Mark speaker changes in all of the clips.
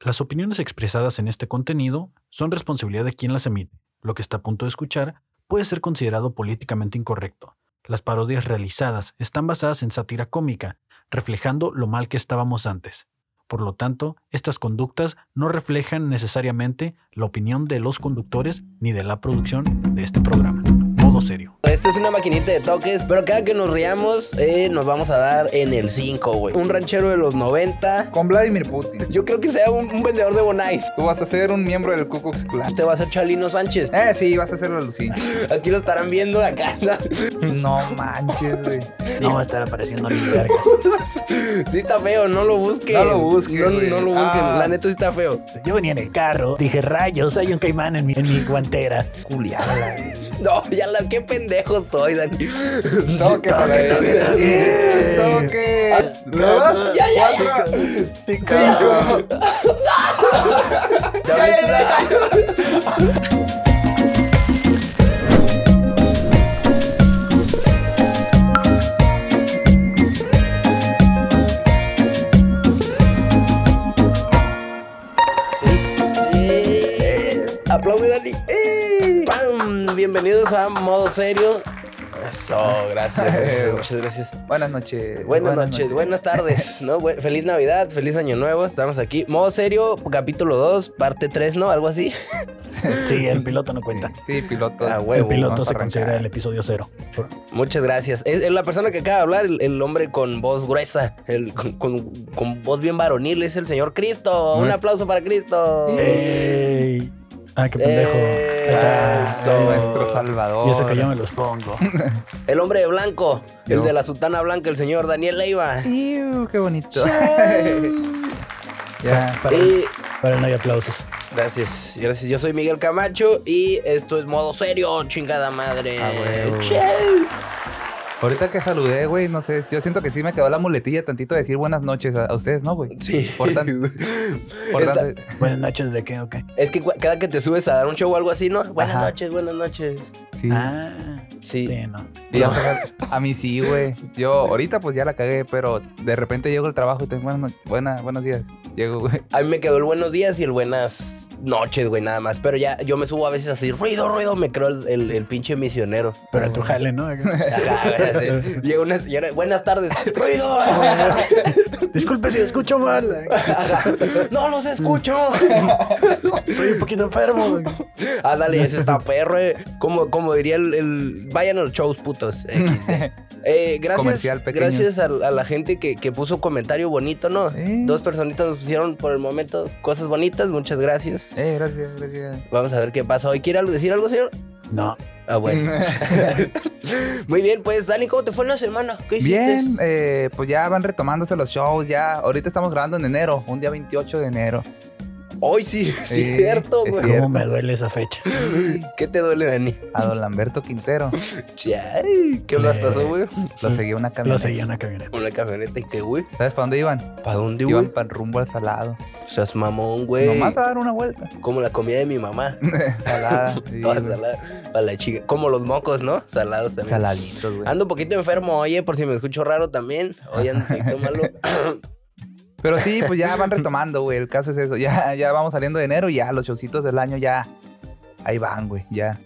Speaker 1: Las opiniones expresadas en este contenido son responsabilidad de quien las emite. Lo que está a punto de escuchar puede ser considerado políticamente incorrecto. Las parodias realizadas están basadas en sátira cómica, reflejando lo mal que estábamos antes. Por lo tanto, estas conductas no reflejan necesariamente la opinión de los conductores ni de la producción de este programa. Modo serio.
Speaker 2: Esto es una maquinita de toques, pero cada que nos riamos, eh, nos vamos a dar en el 5, güey. Un ranchero de los 90.
Speaker 3: Con Vladimir Putin.
Speaker 2: Yo creo que sea un, un vendedor de Bonais.
Speaker 3: Tú vas a ser un miembro del Ku Klux Klan.
Speaker 2: Usted va a ser Chalino Sánchez.
Speaker 3: Eh, sí, vas a ser la Lucín.
Speaker 2: Aquí lo estarán viendo de acá. ¿no?
Speaker 3: No manches, güey.
Speaker 4: No va a estar apareciendo ni verga.
Speaker 2: Sí está feo, no lo busquen.
Speaker 3: No lo busquen,
Speaker 2: No,
Speaker 3: güey.
Speaker 2: no lo busquen.
Speaker 3: Ah.
Speaker 2: La neta sí está feo.
Speaker 4: Yo venía en el carro, dije, rayos, hay un caimán en mi, en mi guantera. Culiada la verga.
Speaker 2: No, ya la, qué pendejo estoy, Dani.
Speaker 3: Toque, toque, toque. Toque.
Speaker 2: Ya,
Speaker 3: Dos,
Speaker 2: ya, ya.
Speaker 3: cuatro, cinco.
Speaker 2: Ya ves, ah. Sí. Eh, Aplaude, Dani. Eh, ¡Pam! Bienvenidos a Modo Serio. Eso, gracias. gracias, Muchas gracias.
Speaker 3: Buenas noches.
Speaker 2: Buenas, noches, buenas tardes, ¿no? Bu- feliz Navidad, feliz Año Nuevo, estamos aquí. Modo serio, capítulo 2, parte 3, ¿no? Algo así.
Speaker 4: Sí, el piloto no cuenta.
Speaker 3: Sí, piloto.
Speaker 2: A huevo.
Speaker 4: El
Speaker 3: vamos
Speaker 4: piloto
Speaker 3: a
Speaker 4: se
Speaker 3: arrancar.
Speaker 4: considera el episodio cero. Por-
Speaker 2: Muchas gracias. Es, es la persona que acaba de hablar, el, el hombre con voz gruesa, el, con, con- con voz bien varonil, es el señor Cristo.
Speaker 3: No
Speaker 2: Un
Speaker 3: es-
Speaker 2: aplauso para Cristo.
Speaker 3: Eh.
Speaker 4: ¡Ey! Ah, qué pendejo. Ahí está.
Speaker 2: Eso.
Speaker 3: Ah, Nuestro Salvador.
Speaker 4: Y eso que yo me los pongo.
Speaker 2: El hombre de blanco, el
Speaker 3: Yo.
Speaker 2: de la sutana blanca, el señor Daniel Leiva.
Speaker 3: Iu, qué bonito. ya.
Speaker 4: Para,
Speaker 2: Y
Speaker 4: para no hay aplausos.
Speaker 2: gracias, gracias. Yo soy Miguel Camacho y esto es modo serio, chingada madre.
Speaker 3: A Ah, huevo.
Speaker 2: Chel.
Speaker 3: Ahorita que saludé, güey, no sé. Yo siento que sí me quedó la muletilla tantito de decir buenas noches a, a ustedes, ¿no, güey?
Speaker 2: Sí.
Speaker 3: Por tan- por
Speaker 2: Esta-
Speaker 3: tan-
Speaker 4: Buenas noches, ¿de qué? Ok.
Speaker 2: Es que cu- cada que te subes a dar un show o algo así, ¿no? Buenas
Speaker 3: Ajá.
Speaker 2: noches, buenas noches.
Speaker 3: Sí.
Speaker 4: Ah,
Speaker 2: Sí.
Speaker 4: sí, no.
Speaker 3: Y ya,
Speaker 2: No.
Speaker 3: pues, a, a mí sí, güey. Yo ahorita pues ya la cagué, pero de repente llego al trabajo y tengo buenas, no- buena- buenos días. Llego, güey.
Speaker 2: A mí me quedó el buenos días y el buenas noches, güey, nada más. Pero ya yo me subo a veces así, ruido, ruido, me creo el, el- el pinche misionero.
Speaker 4: Pero a tu jale, ¿no?
Speaker 2: Ajá, güey, así. Llega una señora, buenas tardes, ruido.
Speaker 4: Disculpe si escucho mal.
Speaker 2: Ajá. No los escucho.
Speaker 4: Estoy un poquito enfermo.
Speaker 2: Ándale, ese está perro. eh. Como, como diría el, el- Vayan a los shows putos. XD. Eh, gracias
Speaker 3: Mm. Comercial pequeño.
Speaker 2: gracias a, a la gente que, que puso comentario bonito, ¿no?
Speaker 3: Sí.
Speaker 2: Dos personitas nos pusieron por el momento cosas bonitas. Muchas gracias.
Speaker 3: Eh, gracias, gracias.
Speaker 2: Vamos a ver qué pasa hoy. ¿Quiere algo- decir algo, señor?
Speaker 4: No.
Speaker 2: Ah, bueno. Muy bien, pues, Dani, ¿cómo te fue en la semana? ¿Qué hiciste?
Speaker 3: Bien, eh, pues ya van retomándose los shows, ya. Ahorita estamos grabando en enero, un día 28 de enero.
Speaker 2: Hoy sí,
Speaker 3: Sí,
Speaker 2: cierto,
Speaker 3: es
Speaker 2: güey.
Speaker 3: cierto.
Speaker 4: ¿Cómo me duele esa fecha?
Speaker 2: ¿Qué te duele, Dani?
Speaker 3: A don Lamberto Quintero.
Speaker 2: Ay, ¿Qué más
Speaker 4: Eh.
Speaker 2: pasó, güey?
Speaker 3: Lo seguía una
Speaker 4: Lo
Speaker 3: camioneta.
Speaker 4: seguí en una camioneta.
Speaker 2: Una camioneta y qué, güey.
Speaker 3: ¿Sabes para dónde iban?
Speaker 2: ¿Para dónde,
Speaker 3: Iban
Speaker 2: güey?
Speaker 3: para rumbo al salado.
Speaker 2: Seas mamón, güey.
Speaker 3: Nomás a dar una vuelta.
Speaker 2: Como la comida de mi mamá.
Speaker 3: Salada. sí,
Speaker 2: Toda
Speaker 3: güey.
Speaker 2: salada. Para la chica. Como los mocos, ¿no? Salados también.
Speaker 3: Saladitos, güey.
Speaker 2: Ando un poquito enfermo, oye, por si me escucho raro también. Oye, ando un poquito malo.
Speaker 3: Pero sí, pues ya van retomando, güey. El caso es eso. Ya, ya vamos saliendo de enero y ya los showcitos del año ya. Ahí van, güey. Ya.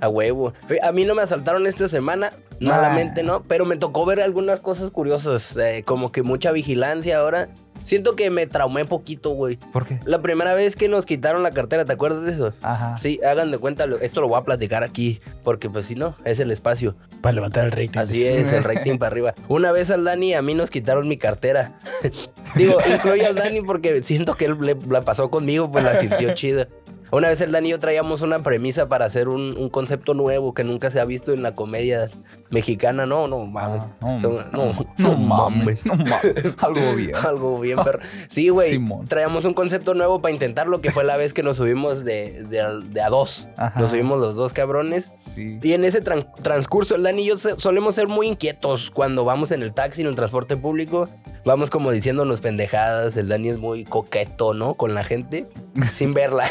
Speaker 2: A huevo. Fe- A mí no me asaltaron esta semana, malamente no, pero me tocó ver algunas cosas curiosas, eh, como que mucha vigilancia ahora. Siento que me traumé poquito, güey.
Speaker 3: ¿Por qué?
Speaker 2: La primera vez que nos quitaron la cartera, ¿te acuerdas de eso?
Speaker 3: Ajá.
Speaker 2: Sí, hagan de cuenta, lo- esto lo voy a platicar aquí, porque pues si no, es el espacio.
Speaker 4: Para levantar el rating.
Speaker 2: Así es, el rating para arriba. Una vez al Dani, a mí nos quitaron mi cartera. Digo, incluyo al Dani porque siento que él le- la pasó conmigo, pues la sintió chida. Una vez el Dani y yo traíamos una premisa para hacer un, un concepto nuevo que nunca se ha visto en la comedia mexicana. No, no mames.
Speaker 3: Ah, no,
Speaker 2: Son- no,
Speaker 3: no, no
Speaker 2: no
Speaker 3: mames. No mames. Algo bien.
Speaker 2: Algo bien, pero... Sí, güey.
Speaker 3: Simón.
Speaker 2: Traíamos un concepto nuevo para intentar lo que fue la vez que nos subimos de, de a- de a dos.
Speaker 3: Ajá.
Speaker 2: Nos subimos los dos cabrones.
Speaker 3: Sí.
Speaker 2: Y en ese tran- transcurso, el Dani y yo se- solemos ser muy inquietos cuando vamos en el taxi, en el transporte público. Vamos como diciéndonos pendejadas. El Dani es muy coqueto, ¿no? Con la gente, sin verla.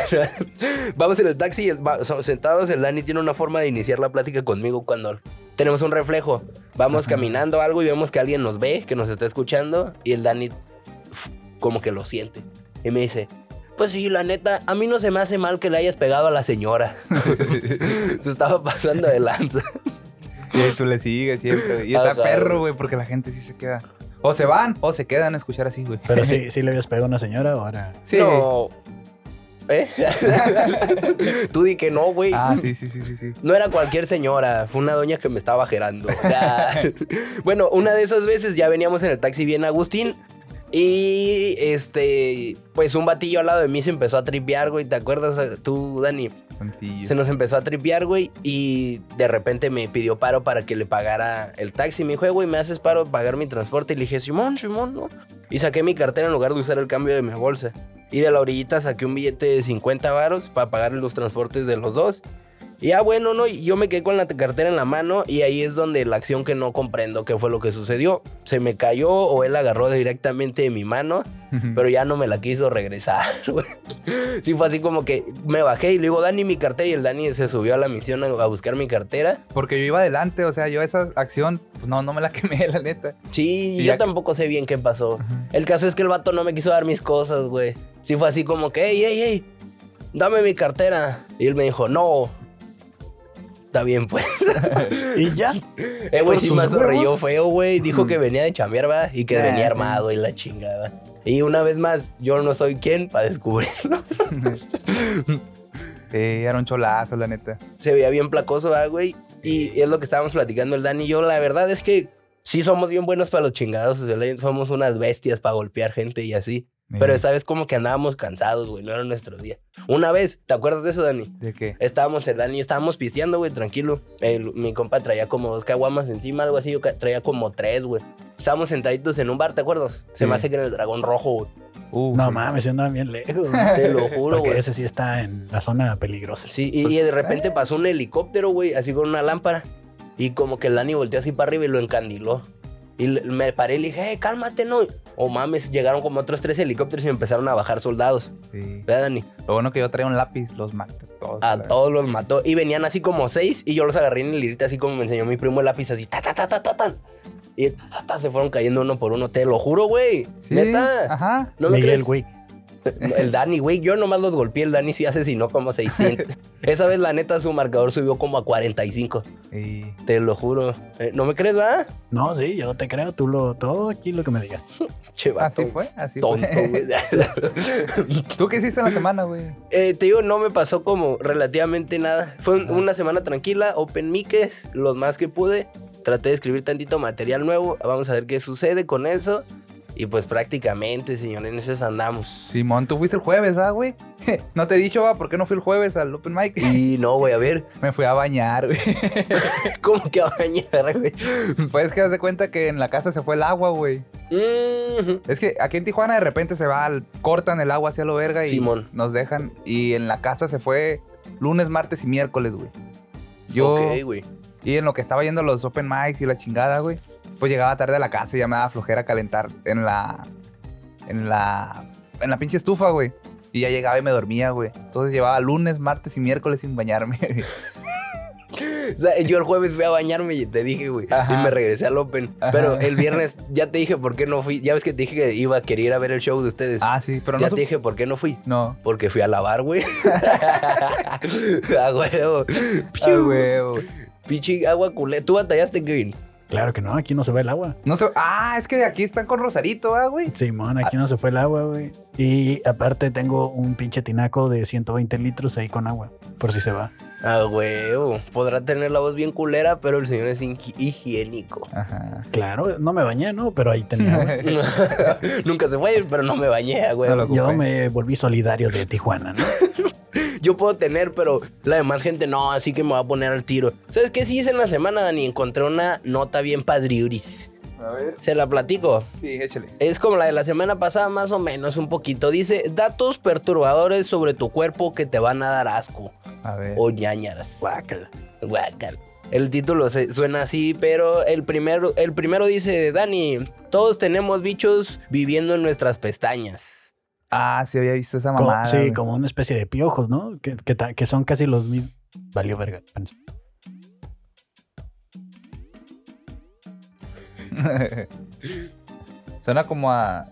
Speaker 2: vamos en el taxi y el- va- so- sentados. El Dani tiene una forma de iniciar la plática conmigo cuando tenemos un reflejo. Vamos
Speaker 3: Ajá.
Speaker 2: caminando algo y vemos que alguien nos ve, que nos está escuchando. Y el Dani f- como que lo siente. Y me dice, Pues sí, la neta, a mí no se me hace mal que le hayas pegado a la señora. se estaba pasando de lanza.
Speaker 3: Y tú le sigues siempre. güey. Y está
Speaker 2: Ajá,
Speaker 3: perro,
Speaker 2: güey.
Speaker 3: güey, porque la gente sí se queda. O se van o se quedan a escuchar así, güey.
Speaker 4: Pero sí, sí le habías pegado a una señora ahora.
Speaker 3: Sí.
Speaker 2: No. ¿Eh? Tú di que no, güey.
Speaker 3: Ah, sí, sí, sí, sí, sí.
Speaker 2: No era cualquier señora, fue una doña que me estaba gerando. O sea, bueno, una de esas veces ya veníamos en el taxi bien Agustín y este, pues un batillo al lado de mí se empezó a tripear, güey, ¿te acuerdas tú, Dani?
Speaker 3: Tontillo.
Speaker 2: Se nos empezó a tripear, güey, y de repente me pidió paro para que le pagara el taxi. Me dijo, "Eh, güey, ¿me haces paro de pagar mi transporte? Y le dije, Simón, Simón, ¿no? Y saqué mi cartera en lugar de usar el cambio de mi bolsa. Y de la orillita saqué un billete de 50 varos para pagar los transportes de los dos. Y ah, bueno, no, y yo me quedé con la cartera en la mano y ahí es donde la acción que no comprendo qué fue lo que sucedió. Se me cayó o él agarró directamente de mi mano pero ya no me la quiso regresar, güey. Sí, fue así como que me bajé y le digo, Dani, mi cartera. Y el Dani se subió a la misión a, a buscar mi cartera.
Speaker 3: Porque yo iba adelante, o sea, yo esa acción, pues no, no me la quemé, la neta.
Speaker 2: Sí,
Speaker 3: Y
Speaker 2: yo
Speaker 3: ya-
Speaker 2: tampoco sé bien qué pasó. El caso es que el vato no me quiso dar mis cosas, güey. Sí, fue así como que, hey, hey, hey, dame mi cartera. Y él me dijo, no. Está bien, pues.
Speaker 4: Y ya.
Speaker 2: Eh, güey, sí
Speaker 4: sus
Speaker 2: me sonrió
Speaker 4: huevos?
Speaker 2: feo, güey. Dijo que venía de chambear, ¿verdad? Y que
Speaker 3: Ah,
Speaker 2: venía
Speaker 3: sí.
Speaker 2: armado y la chingada. Y una vez más, yo no soy quien para descubrirlo.
Speaker 3: Sí, Eh, era un cholazo, la neta.
Speaker 2: se veía bien placoso, ¿verdad, güey. Y, y es lo que estábamos platicando el Dani y yo. La verdad es que sí somos bien buenos para los chingados. o sea, le- somos unas bestias para golpear gente y así. Pero
Speaker 3: Eh,
Speaker 2: esa vez como que andábamos cansados, güey. No era nuestro día. Una vez, ¿te acuerdas de eso, Dani?
Speaker 3: ¿De qué?
Speaker 2: Estábamos el Dani, y yo, estábamos pisteando, güey, tranquilo. El- mi compa traía como dos caguamas encima, algo así. Yo ca- traía como tres, güey. Estábamos sentaditos en un bar, ¿te acuerdas? Se
Speaker 3: Sí.
Speaker 2: me hace que en el Dragón Rojo, güey.
Speaker 3: Uh,
Speaker 4: No
Speaker 3: güey.
Speaker 4: mames, yo andaba bien lejos.
Speaker 2: Te lo juro,
Speaker 4: Porque
Speaker 2: güey.
Speaker 4: ese sí está en la zona peligrosa.
Speaker 2: Sí, y, y de repente pasó un helicóptero, güey, así con una lámpara. Y como que el Dani volteó así para arriba y lo encandiló. Y le- me paré y le dije, "Eh, cálmate, no. O mames, llegaron como otros tres helicópteros y empezaron a bajar soldados.
Speaker 3: Sí.
Speaker 2: ¿Verdad, Dani?
Speaker 3: Lo bueno que yo traía un lápiz, los maté todos.
Speaker 2: A
Speaker 3: la-
Speaker 2: todos los mató. Y venían así como seis y yo los agarré en el lirita así como me enseñó mi primo el lápiz, así, ta, ta, ta, ta, ta, tan. Y ta, ta, ta, se fueron cayendo uno por uno, te lo juro, güey.
Speaker 3: Sí,
Speaker 2: Neta.
Speaker 3: Ajá.
Speaker 2: No me crees.
Speaker 4: Ah, Miguel, güey.
Speaker 2: El Dani, güey, yo nomás los golpeé. El Dani sí asesinó como 600. Esa vez, la neta, su marcador subió como a 45.
Speaker 3: Y
Speaker 2: Te lo juro. Eh, ¿No me crees, va?
Speaker 4: No, sí, yo te creo. Tú lo, todo aquí lo que me digas.
Speaker 2: Che, vato.
Speaker 3: así fue, así
Speaker 2: Tonto,
Speaker 3: fue.
Speaker 2: güey.
Speaker 3: ¿Tú qué hiciste en la semana, güey?
Speaker 2: Eh, te digo, no me pasó como relativamente nada. Fue un- una semana tranquila, open mics, los más que pude. Traté de escribir tantito material nuevo. Vamos a ver qué sucede con eso. Y pues prácticamente, señor, en esas andamos.
Speaker 3: Simón, tú fuiste el jueves, ¿verdad, güey? No te he dicho, va, ¿por qué no fui el jueves al Open Mic?
Speaker 2: Y no, güey, a ver,
Speaker 3: Me fui a bañar, güey.
Speaker 2: ¿cómo que a bañar, güey?
Speaker 3: Pues es que haz de cuenta que en la casa se fue el agua, güey.
Speaker 2: Mm,
Speaker 3: Es que aquí en Tijuana de repente se va, al- cortan el agua hacia lo verga y
Speaker 2: Simón.
Speaker 3: nos dejan. Y en la casa se fue lunes, martes y miércoles, güey. Yo,
Speaker 2: Ok, güey.
Speaker 3: y en lo que estaba yendo a los open mics y la chingada, güey, pues llegaba tarde a la casa y ya me daba flojera calentar en la. en la. en la pinche estufa, güey. Y ya llegaba y me dormía, güey. Entonces llevaba lunes, martes y miércoles sin bañarme. güey.
Speaker 2: O sea, yo el jueves fui a bañarme y te dije, güey.
Speaker 3: Ajá.
Speaker 2: Y me regresé al Open.
Speaker 3: Ajá.
Speaker 2: Pero el viernes ya te dije por qué no fui. Ya ves que te dije que iba a querer ir a ver el show de ustedes.
Speaker 3: ah, sí, pero no.
Speaker 2: ya
Speaker 3: sup-
Speaker 2: te dije por qué no fui.
Speaker 3: No.
Speaker 2: Porque fui a lavar, güey. a huevo.
Speaker 3: Ah,
Speaker 2: Piu.
Speaker 3: güey, güey.
Speaker 2: Pichi agua culé. ¿Tú batallaste, Kevin?
Speaker 4: Claro que no, aquí no se va el agua.
Speaker 3: No sé. Ah, es que de aquí están con Rosarito, ah, güey.
Speaker 4: Simón, aquí no se fue el agua, güey. Y aparte tengo un pinche tinaco de 120 litros ahí con agua, por si se va.
Speaker 2: A huevo. Podrá tener la voz bien culera, pero el señor es inqui- higiénico.
Speaker 3: Ajá.
Speaker 4: Claro, no me bañé, ¿no? Pero ahí tenía agua.
Speaker 2: Nunca se fue, pero no me bañé, güey.
Speaker 3: No lo
Speaker 4: Yo
Speaker 3: ocupé.
Speaker 4: me volví solidario de Tijuana, ¿no?
Speaker 2: Yo puedo tener, pero la demás gente no, así que me va a poner al tiro. ¿Sabes qué? Sí hice en la semana, Dani. Encontré una nota bien padriuris.
Speaker 3: A ver.
Speaker 2: Se la platico.
Speaker 3: Sí, échale.
Speaker 2: Es como la de la semana pasada, más o menos, un poquito. Dice, datos perturbadores sobre tu cuerpo que te van a dar asco
Speaker 3: A ver.
Speaker 2: o ñañaras.
Speaker 4: Guácala.
Speaker 2: Guácala. El título se- suena así, pero el primero, el primero dice, Dani, todos tenemos bichos viviendo en nuestras pestañas.
Speaker 3: Ah, sí, había visto esa
Speaker 4: Co-
Speaker 3: mamada.
Speaker 4: sí,
Speaker 3: güey.
Speaker 4: como una especie de piojos, ¿no? Que, que ta- que son casi los mismos. Valió verga.
Speaker 3: Suena como a.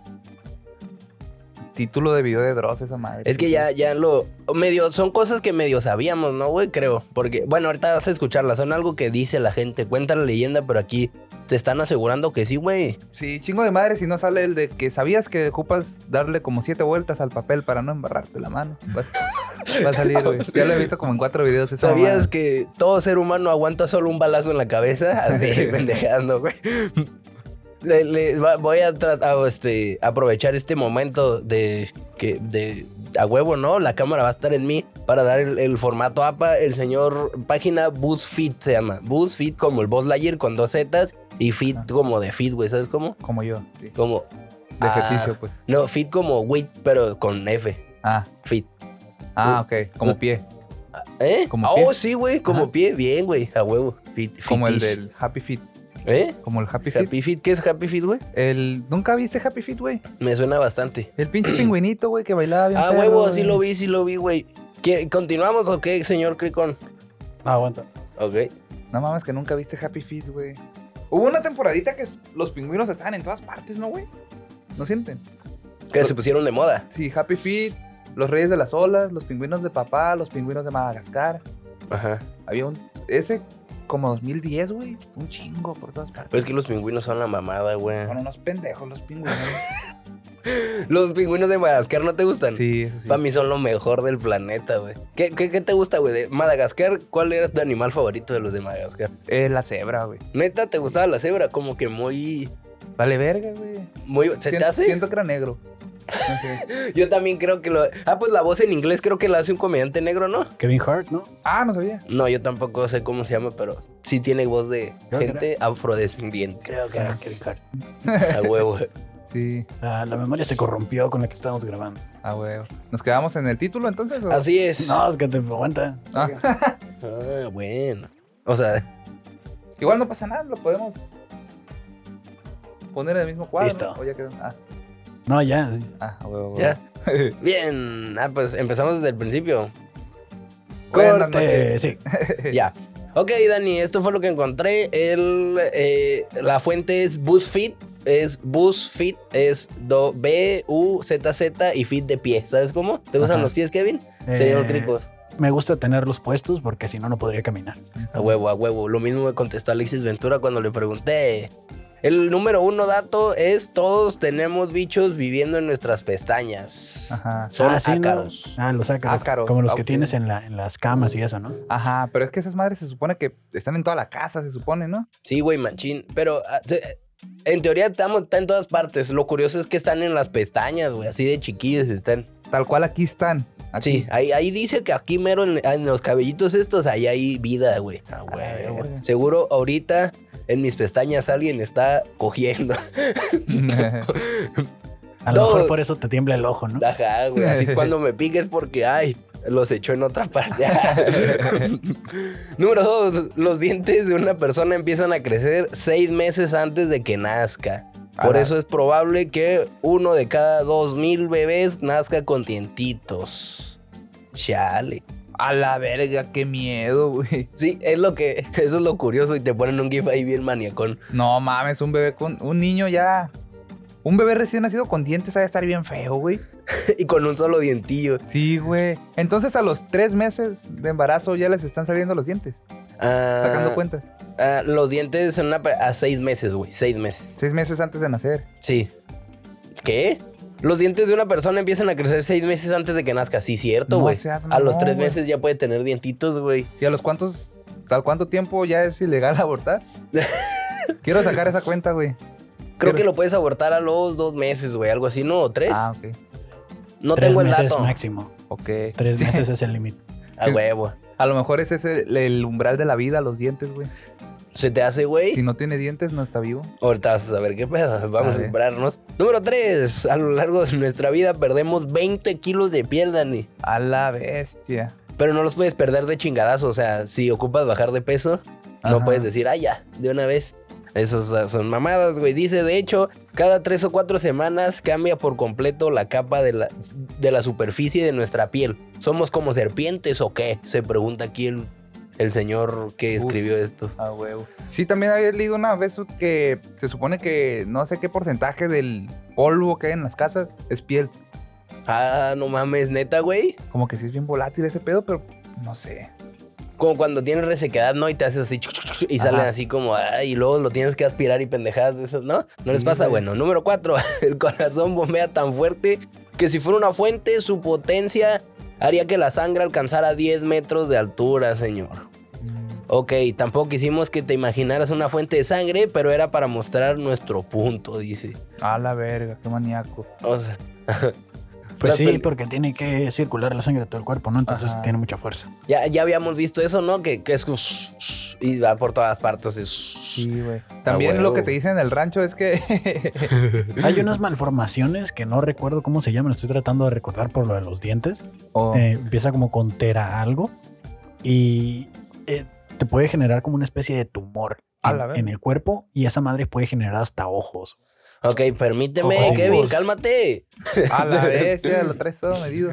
Speaker 3: título de video de Dross esa madre.
Speaker 2: Es que ya, ya lo. medio, son cosas que medio sabíamos, ¿no, güey? Creo. Porque, bueno, ahorita vas a escucharlas. Son algo que dice la gente. Cuenta la leyenda, pero aquí te están asegurando que sí, güey.
Speaker 3: Sí, chingo de madre si no sale el de que sabías que ocupas darle como siete vueltas al papel para no embarrarte la mano. Va, va a salir, güey. Ya lo he visto como en cuatro videos. esa
Speaker 2: ¿Sabías
Speaker 3: mamada.
Speaker 2: que todo ser humano aguanta solo un balazo en la cabeza? Así, pendejando, güey. Le- le- va- voy a, tra- a, este, aprovechar este momento de que de a huevo, ¿no? La cámara va a estar en mí para dar el, el formato APA. El señor página BuzzFeed se llama. BuzzFeed como el Buzz Lightyear con dos Zetas y Fit
Speaker 3: Ah.
Speaker 2: como de Fit, güey. ¿Sabes cómo?
Speaker 3: Como yo. sí.
Speaker 2: Como.
Speaker 3: De
Speaker 2: ah,
Speaker 3: ejercicio, pues.
Speaker 2: No, Fit como Wit, pero con F.
Speaker 3: Ah,
Speaker 2: Fit.
Speaker 3: ah, ok. Como pie.
Speaker 2: ¿Eh?
Speaker 3: Como
Speaker 2: oh,
Speaker 3: pie.
Speaker 2: sí, güey. Como
Speaker 3: Ajá.
Speaker 2: pie. Bien, güey. A huevo. Fit,
Speaker 3: Como el
Speaker 2: fitish.
Speaker 3: del Happy Feet.
Speaker 2: ¿Eh?
Speaker 3: Como el Happy, Feet.
Speaker 2: Happy Feet, ¿qué es Happy Feet, güey?
Speaker 3: El... ¿Nunca viste Happy Feet, güey?
Speaker 2: Me suena bastante.
Speaker 3: El pinche pingüinito, güey, que bailaba bien
Speaker 2: Ah,
Speaker 3: perro,
Speaker 2: huevo,
Speaker 3: güey.
Speaker 2: sí lo vi, sí lo vi, güey. ¿Qué- ¿Continuamos o qué, señor Cricón?
Speaker 4: Ah, aguanta.
Speaker 2: Ok.
Speaker 3: No mames, que nunca viste Happy Feet, güey. Hubo una temporadita que los pingüinos estaban en todas partes, ¿no, güey? ¿No sienten?
Speaker 2: Que se pusieron de moda.
Speaker 3: Sí, Happy Feet, los Reyes de las Olas, los pingüinos de papá, los pingüinos de Madagascar.
Speaker 2: Ajá.
Speaker 3: Había un. Ese, como 2010, güey. Un chingo por todas partes.
Speaker 2: Pues es que los pingüinos son la mamada, güey.
Speaker 3: Son unos pendejos los pingüinos.
Speaker 2: Los pingüinos de Madagascar no te gustan.
Speaker 3: sí, eso sí.
Speaker 2: Para mí son lo mejor del planeta, güey. ¿Qué, qué, qué te gusta, güey? De Madagascar, ¿cuál era tu animal favorito de los de Madagascar?
Speaker 3: Eh, la cebra, güey.
Speaker 2: Neta, ¿te gustaba la cebra? Como que muy...
Speaker 3: Vale verga, güey.
Speaker 2: muy ¿Se
Speaker 3: Siento-
Speaker 2: te hace?
Speaker 3: Siento que era negro. No sé.
Speaker 2: Yo también creo que lo... Ah, pues la voz en inglés creo que la hace un comediante negro, ¿no?
Speaker 4: Kevin Hart, ¿no?
Speaker 3: Ah, no sabía.
Speaker 2: No, yo tampoco sé cómo se llama, pero sí tiene voz de
Speaker 4: Creo que
Speaker 2: gente afrodescendiente.
Speaker 4: Creo que era Kevin Hart.
Speaker 2: A huevo.
Speaker 3: Sí.
Speaker 4: Ah, la memoria se corrompió con la que estábamos grabando.
Speaker 3: Ah, güey. ¿Nos quedamos en el título entonces? o?
Speaker 2: Así es.
Speaker 4: No, es que te aguanta.
Speaker 3: Ah.
Speaker 2: Ah, bueno. O sea,
Speaker 3: Igual no pasa nada, lo podemos poner en el mismo cuadro.
Speaker 4: Listo.
Speaker 3: O ya quedó- Ah,
Speaker 4: No, ya. sí.
Speaker 3: ah, a huevo, a huevo.
Speaker 2: Ya. bien. Ah, pues empezamos desde el principio.
Speaker 3: Buenas
Speaker 4: Corte,
Speaker 3: noches.
Speaker 4: sí.
Speaker 2: ya. Ok, Dani, esto fue lo que encontré. El, eh, la fuente es BuzzFeed. Es BuzzFeed, es do- B, U, Z, Z y fit de pie. ¿Sabes cómo? ¿Te gustan
Speaker 3: Ajá.
Speaker 2: los pies, Kevin?
Speaker 4: Eh,
Speaker 2: Señor Cricos.
Speaker 4: Me gusta tenerlos puestos porque si no, no podría caminar.
Speaker 2: A huevo, a huevo. Lo mismo me contestó Alexis Ventura cuando le pregunté. El número uno dato es todos tenemos bichos viviendo en nuestras pestañas.
Speaker 3: Ajá.
Speaker 2: Son
Speaker 4: ah, sí, ¿no?
Speaker 2: ácaros.
Speaker 4: Ah, los ácaros.
Speaker 3: Ácaros,
Speaker 4: Como los
Speaker 3: ah,
Speaker 4: que
Speaker 3: ok.
Speaker 4: tienes en, la, en las camas y eso, ¿no?
Speaker 3: Ajá, pero es que esas madres se supone que están en toda la casa, se supone, ¿no?
Speaker 2: Sí, güey, machín. Pero ah, se- en teoría estamos, está en todas partes. Lo curioso es que están en las pestañas, güey. Así de chiquillos están.
Speaker 3: Tal cual aquí están. Aquí.
Speaker 2: Sí, ahí, ahí dice que aquí mero en, en los cabellitos estos, ahí hay vida, güey.
Speaker 3: A huevo.
Speaker 2: Seguro ahorita en mis pestañas alguien está cogiendo.
Speaker 4: A lo
Speaker 2: Dos.
Speaker 4: mejor por eso te tiembla el ojo, ¿no?
Speaker 2: Ajá, güey. Así cuando me piques porque, ay, los echó en otra parte. Número dos, los dientes de una persona empiezan a crecer seis meses antes de que nazca. Por
Speaker 3: Ala.
Speaker 2: eso es probable que uno de cada dos mil bebés nazca con dientitos. Chale.
Speaker 3: A la verga, qué miedo, güey.
Speaker 2: Sí, es lo que, eso es lo curioso y te ponen un gif ahí bien maniacón.
Speaker 3: No mames, un bebé con. Un niño ya. Un bebé recién nacido con dientes ha de estar bien feo, güey.
Speaker 2: Y con un solo dientillo.
Speaker 3: Sí, güey. Entonces a los tres meses de embarazo ya les están saliendo los dientes.
Speaker 2: Ah,
Speaker 3: Sacando cuentas.
Speaker 2: ah, los dientes en una, per- a seis meses, güey, seis meses.
Speaker 3: Seis meses antes de nacer.
Speaker 2: Sí. ¿Qué? Los dientes de una persona empiezan a crecer seis meses antes de que nazca. Sí, cierto,
Speaker 3: No
Speaker 2: güey.
Speaker 3: seas
Speaker 2: a los
Speaker 3: mamón,
Speaker 2: tres
Speaker 3: güey.
Speaker 2: meses ya puede tener dientitos, güey.
Speaker 3: ¿Y a los cuántos, tal cuánto tiempo ya es ilegal abortar? Quiero sacar esa cuenta, güey.
Speaker 2: Creo
Speaker 3: Pero-
Speaker 2: que lo puedes abortar a los dos meses, güey. Algo así, ¿no? ¿O tres?
Speaker 3: Ah, ok.
Speaker 2: no
Speaker 4: Tres
Speaker 2: tengo el
Speaker 4: meses
Speaker 2: dato.
Speaker 4: máximo.
Speaker 3: Ok.
Speaker 4: Tres meses es el límite.
Speaker 2: A huevo.
Speaker 3: A lo mejor ese es el, el umbral de la vida, los dientes, güey.
Speaker 2: ¿Se te hace, güey?
Speaker 3: Si no tiene dientes, no está vivo.
Speaker 2: Ahorita vas a saber qué pedo. Vamos
Speaker 3: A
Speaker 2: a,
Speaker 3: ver.
Speaker 2: esperarnos. Número tres. A lo largo de nuestra vida perdemos 20 kilos de piel, Dani.
Speaker 3: A la bestia.
Speaker 2: Pero no los puedes perder de chingadazo. O sea, si ocupas bajar de peso, no
Speaker 3: Ajá.
Speaker 2: puedes decir, ah, ya, de una vez. Esas ah, son mamadas, güey. Dice, de hecho, cada tres o cuatro semanas cambia por completo la capa de la, de la superficie de nuestra piel. ¿Somos como serpientes o qué? Se pregunta aquí el, el señor que
Speaker 3: Uf.
Speaker 2: escribió esto.
Speaker 3: A huevo. Sí, también había leído una vez que se supone que no sé qué porcentaje del polvo que hay en las casas es piel.
Speaker 2: Ah, no mames, neta, güey.
Speaker 3: Como que sí es bien volátil ese pedo, pero no sé.
Speaker 2: Como cuando tienes resequedad, ¿no? Y te haces así chuc, chuc, chuc, y
Speaker 3: Ajá.
Speaker 2: salen así como, ay, y luego lo tienes que aspirar y pendejadas de esas, ¿no? No les
Speaker 3: Sí,
Speaker 2: pasa,
Speaker 3: güey.
Speaker 2: bueno. Número cuatro, el corazón bombea tan fuerte que si fuera una fuente, su potencia haría que la sangre alcanzara 10 metros de altura, señor.
Speaker 3: Mm,
Speaker 2: Ok, tampoco quisimos que te imaginaras una fuente de sangre, pero era para mostrar nuestro punto, dice.
Speaker 3: A la verga, qué maníaco.
Speaker 2: O sea,
Speaker 4: Pues
Speaker 2: Las
Speaker 4: sí,
Speaker 2: pel-
Speaker 4: porque tiene que circular la sangre a todo el cuerpo, ¿no? Entonces
Speaker 3: Ajá.
Speaker 4: tiene mucha fuerza.
Speaker 2: ya, ya habíamos visto eso, ¿no? Que, que es como y va por todas partes. es-
Speaker 3: Sí, güey. También lo
Speaker 2: huevo.
Speaker 3: que te dicen en el rancho es que.
Speaker 4: Hay unas malformaciones que no recuerdo cómo se llaman, estoy tratando de recordar por lo de los dientes.
Speaker 3: Oh,
Speaker 4: Eh, empieza como con tera algo y eh, te puede generar como una especie de tumor
Speaker 3: A
Speaker 4: en,
Speaker 3: la verga.
Speaker 4: en el cuerpo y esa madre puede generar hasta ojos.
Speaker 2: Ok, permíteme,
Speaker 4: Ojos.
Speaker 2: Kevin, cálmate.
Speaker 3: a la bestia, lo traes todo medido.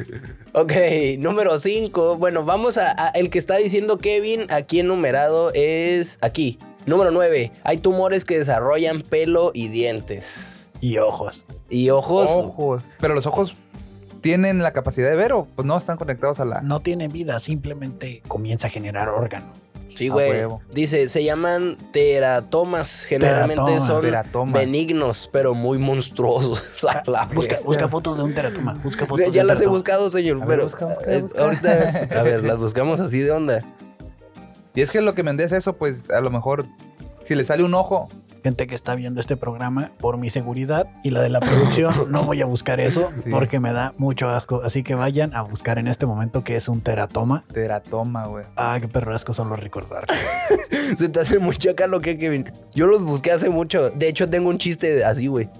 Speaker 2: Ok, número 5. Bueno, vamos a, a- El que está diciendo Kevin aquí enumerado es aquí. Número 9. Hay tumores que desarrollan pelo y dientes.
Speaker 4: Y ojos.
Speaker 2: Y ojos.
Speaker 3: Ojos. Pero los ojos tienen la capacidad de ver o pues no están conectados a la.
Speaker 4: No tiene vida, simplemente comienza a generar órganos.
Speaker 2: sí,
Speaker 3: a
Speaker 2: güey.
Speaker 3: huevo.
Speaker 2: Dice, se llaman teratomas. Generalmente
Speaker 4: Teratomas,
Speaker 2: son
Speaker 3: teratomas.
Speaker 2: benignos, pero muy monstruosos. A la
Speaker 3: Ah,
Speaker 4: Busca,
Speaker 2: bestia.
Speaker 4: busca fotos de un teratoma. Busca fotos de
Speaker 2: Este. Ya
Speaker 4: un
Speaker 2: las he
Speaker 4: teratoma.
Speaker 2: buscado, señor,
Speaker 3: A ver,
Speaker 2: pero
Speaker 3: busca, busca,
Speaker 2: eh,
Speaker 3: busca.
Speaker 2: ahorita, a ver, las buscamos así de onda.
Speaker 3: Y es que lo que me es eso, pues a lo mejor si le sale un ojo,
Speaker 4: gente que está viendo este programa por mi seguridad y la de la producción. No voy a buscar eso
Speaker 3: Sí.
Speaker 4: porque me da mucho asco. Así que vayan a buscar en este momento que es un teratoma.
Speaker 3: teratoma, güey.
Speaker 4: Ah, qué perro asco solo recordar.
Speaker 2: Se te hace muy acá lo que Kevin. Yo los busqué hace mucho. De hecho, tengo un chiste así, güey.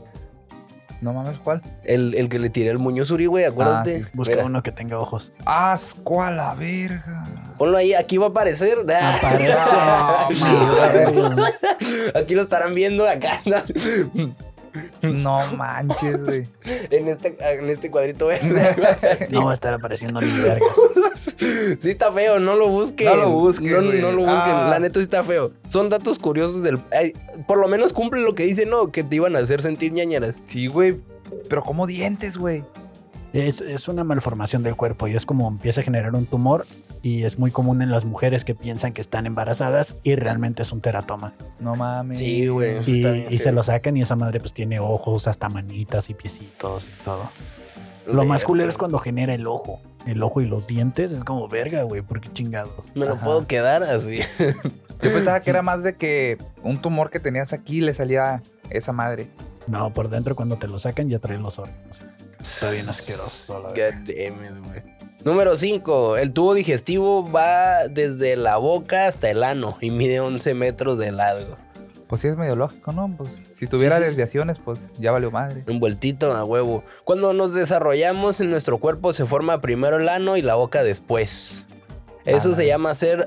Speaker 3: No mames, ¿cuál?
Speaker 2: El, el que le tiré al Muñoz Uri, güey, acuérdate.
Speaker 3: Ah, sí.
Speaker 4: Busca
Speaker 2: Mira,
Speaker 4: uno que tenga ojos.
Speaker 3: Asco a la verga.
Speaker 2: Ponlo ahí, aquí va a aparecer. Ah,
Speaker 4: Aparece. madre.
Speaker 2: aquí lo estarán viendo acá. ¿no?
Speaker 3: No manches, güey.
Speaker 2: En este, en este cuadrito verde.
Speaker 4: No va a estar apareciendo ni verga.
Speaker 2: Sí está feo, no lo busquen.
Speaker 3: No lo busquen,
Speaker 2: No,
Speaker 3: güey.
Speaker 2: no lo busquen,
Speaker 3: Ah.
Speaker 2: la neta sí está feo. Son datos curiosos del... ay, por lo menos cumple lo que dice, ¿no? Que te iban a hacer sentir ñañaras.
Speaker 3: Sí, güey. Pero como dientes, güey.
Speaker 4: Es, es una malformación del cuerpo y es como empieza a generar un tumor y es muy común en las mujeres que piensan que están embarazadas y realmente es un teratoma.
Speaker 3: No mames.
Speaker 2: Sí, güey. eso
Speaker 4: Y,
Speaker 2: está bien
Speaker 4: y se
Speaker 2: feo.
Speaker 4: lo sacan y esa madre pues tiene ojos, hasta manitas y piecitos y todo. Lo más culero es cuando genera el ojo. El ojo y los dientes es como verga, güey, porque chingados.
Speaker 2: Me lo
Speaker 3: Ajá.
Speaker 2: puedo quedar así.
Speaker 3: Yo pensaba que era más de que un tumor que tenías aquí le salía esa madre.
Speaker 4: No, por dentro cuando te lo sacan ya trae los órganos. Está bien asqueroso, la
Speaker 2: God damn it, güey. Número 5. El tubo digestivo va desde la boca hasta el ano y mide 11 metros de largo.
Speaker 3: Pues sí es medio lógico, ¿no? Pues si tuviera
Speaker 2: Sí, sí, sí.
Speaker 3: desviaciones, pues ya valió madre.
Speaker 2: Envueltito a huevo. Cuando nos desarrollamos en nuestro cuerpo se forma primero el ano y la boca después. Eso
Speaker 3: Ah,
Speaker 2: se
Speaker 3: vale.
Speaker 2: llama ser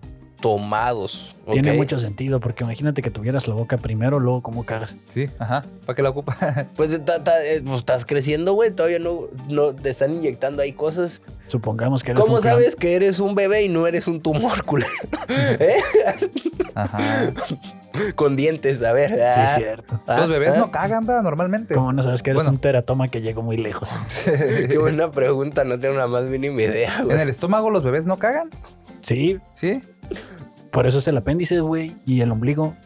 Speaker 2: deuterostomados. ¿ok?
Speaker 4: Tiene mucho sentido, porque imagínate que tuvieras la boca primero, luego cómo cagas.
Speaker 3: Sí, ajá. ¿Para qué la ocupa?
Speaker 2: Pues, ta- ta- eh, pues, estás creciendo, güey. Todavía no, no te están inyectando ahí cosas.
Speaker 4: Supongamos que eres
Speaker 2: ¿Cómo
Speaker 4: un clon.
Speaker 2: sabes que eres un bebé y no eres un tumor, culero? ¿Eh?
Speaker 3: Ajá.
Speaker 2: Con dientes, a ver.
Speaker 4: Sí, es
Speaker 2: ah,
Speaker 4: cierto.
Speaker 2: ah,
Speaker 3: Los bebés
Speaker 2: ah.
Speaker 3: no cagan, ¿verdad? Normalmente.
Speaker 4: ¿Cómo no sabes que eres
Speaker 3: Bueno.
Speaker 4: un teratoma que llegó muy lejos?
Speaker 2: Qué buena pregunta, no tengo la más mínima idea,
Speaker 3: En
Speaker 2: güey.
Speaker 3: el estómago los bebés no cagan,
Speaker 4: Sí,
Speaker 3: ¿sí?
Speaker 4: por eso es el apéndice, güey, y el ombligo.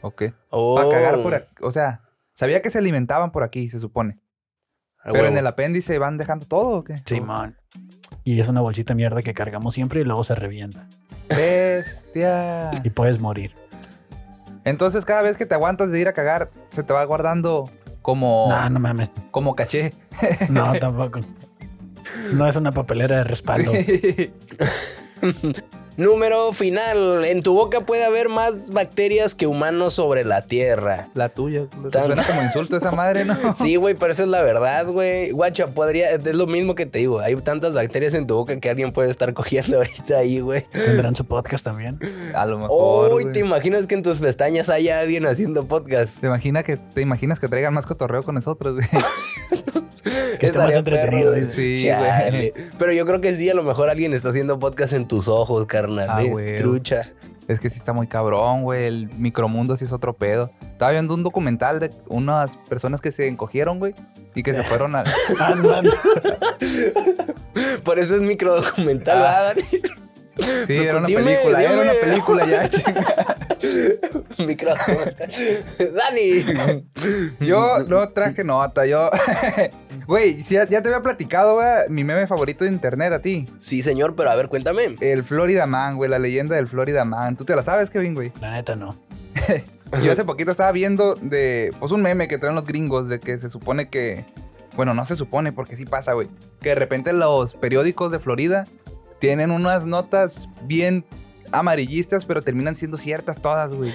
Speaker 3: Ok.
Speaker 2: Oh.
Speaker 3: Para cagar por aquí. O sea, sabía que se alimentaban por aquí, se supone.
Speaker 2: Ah,
Speaker 3: pero
Speaker 2: huevo.
Speaker 3: en el apéndice van dejando todo, ¿o qué?
Speaker 4: Simón. Y es una bolsita de mierda que cargamos siempre y luego se revienta.
Speaker 3: Bestia.
Speaker 4: Y puedes morir.
Speaker 3: Entonces, cada vez que te aguantas de ir a cagar, se te va guardando como,
Speaker 4: No, no mames.
Speaker 3: como caché.
Speaker 4: No, tampoco. No es una papelera de respaldo.
Speaker 3: Sí.
Speaker 2: Número final. En tu boca puede haber más bacterias que humanos sobre la Tierra.
Speaker 3: La tuya. culo.
Speaker 2: Tan-
Speaker 3: Suena como insulto esa madre, ¿no?
Speaker 2: Sí, güey, pero esa es la verdad, güey. Guacha, podría... Es lo mismo que te digo. Hay tantas bacterias en tu boca que alguien puede estar cogiendo ahorita ahí, güey.
Speaker 4: Tendrán su podcast también.
Speaker 3: A lo mejor.
Speaker 2: Uy,
Speaker 3: güey.
Speaker 2: ¿te imaginas que en tus pestañas haya alguien haciendo podcast?
Speaker 3: ¿Te, imagina que, te imaginas que traigan más cotorreo con nosotros, güey.
Speaker 4: Que esté más
Speaker 2: Estaría
Speaker 4: entretenido.
Speaker 2: perro, güey.
Speaker 4: dice.
Speaker 3: Sí,
Speaker 2: Chale.
Speaker 3: güey.
Speaker 2: Pero yo creo que sí, a lo mejor alguien está haciendo podcast en tus ojos, carnal.
Speaker 3: Ah,
Speaker 2: eh,
Speaker 3: güey.
Speaker 2: Trucha.
Speaker 3: Es que sí está muy cabrón, güey. El micromundo sí es otro pedo. Estaba viendo un documental de unas personas que se encogieron, güey. y que se fueron al.
Speaker 4: Ándale.
Speaker 2: Por eso es microdocumental,
Speaker 3: Ah.
Speaker 2: ¿verdad, Dani?
Speaker 3: Sí, era una
Speaker 2: Dime,
Speaker 3: película, era una
Speaker 2: dime.
Speaker 3: película ya.
Speaker 2: Microdocumental. Dani.
Speaker 3: Yo no traje nota, yo. Güey, si ya, ya te había platicado, güey, mi meme favorito de internet a ti.
Speaker 2: Sí, señor, pero a ver, cuéntame.
Speaker 3: El Florida Man, güey, la leyenda del Florida Man. ¿Tú te la sabes, Kevin, güey?
Speaker 4: La neta no.
Speaker 3: Yo hace poquito estaba viendo de. Pues un meme que traen los gringos de que se supone que. Bueno, no se supone porque sí pasa, güey. Que de repente los periódicos de Florida tienen unas notas bien amarillistas, pero terminan siendo ciertas todas, güey.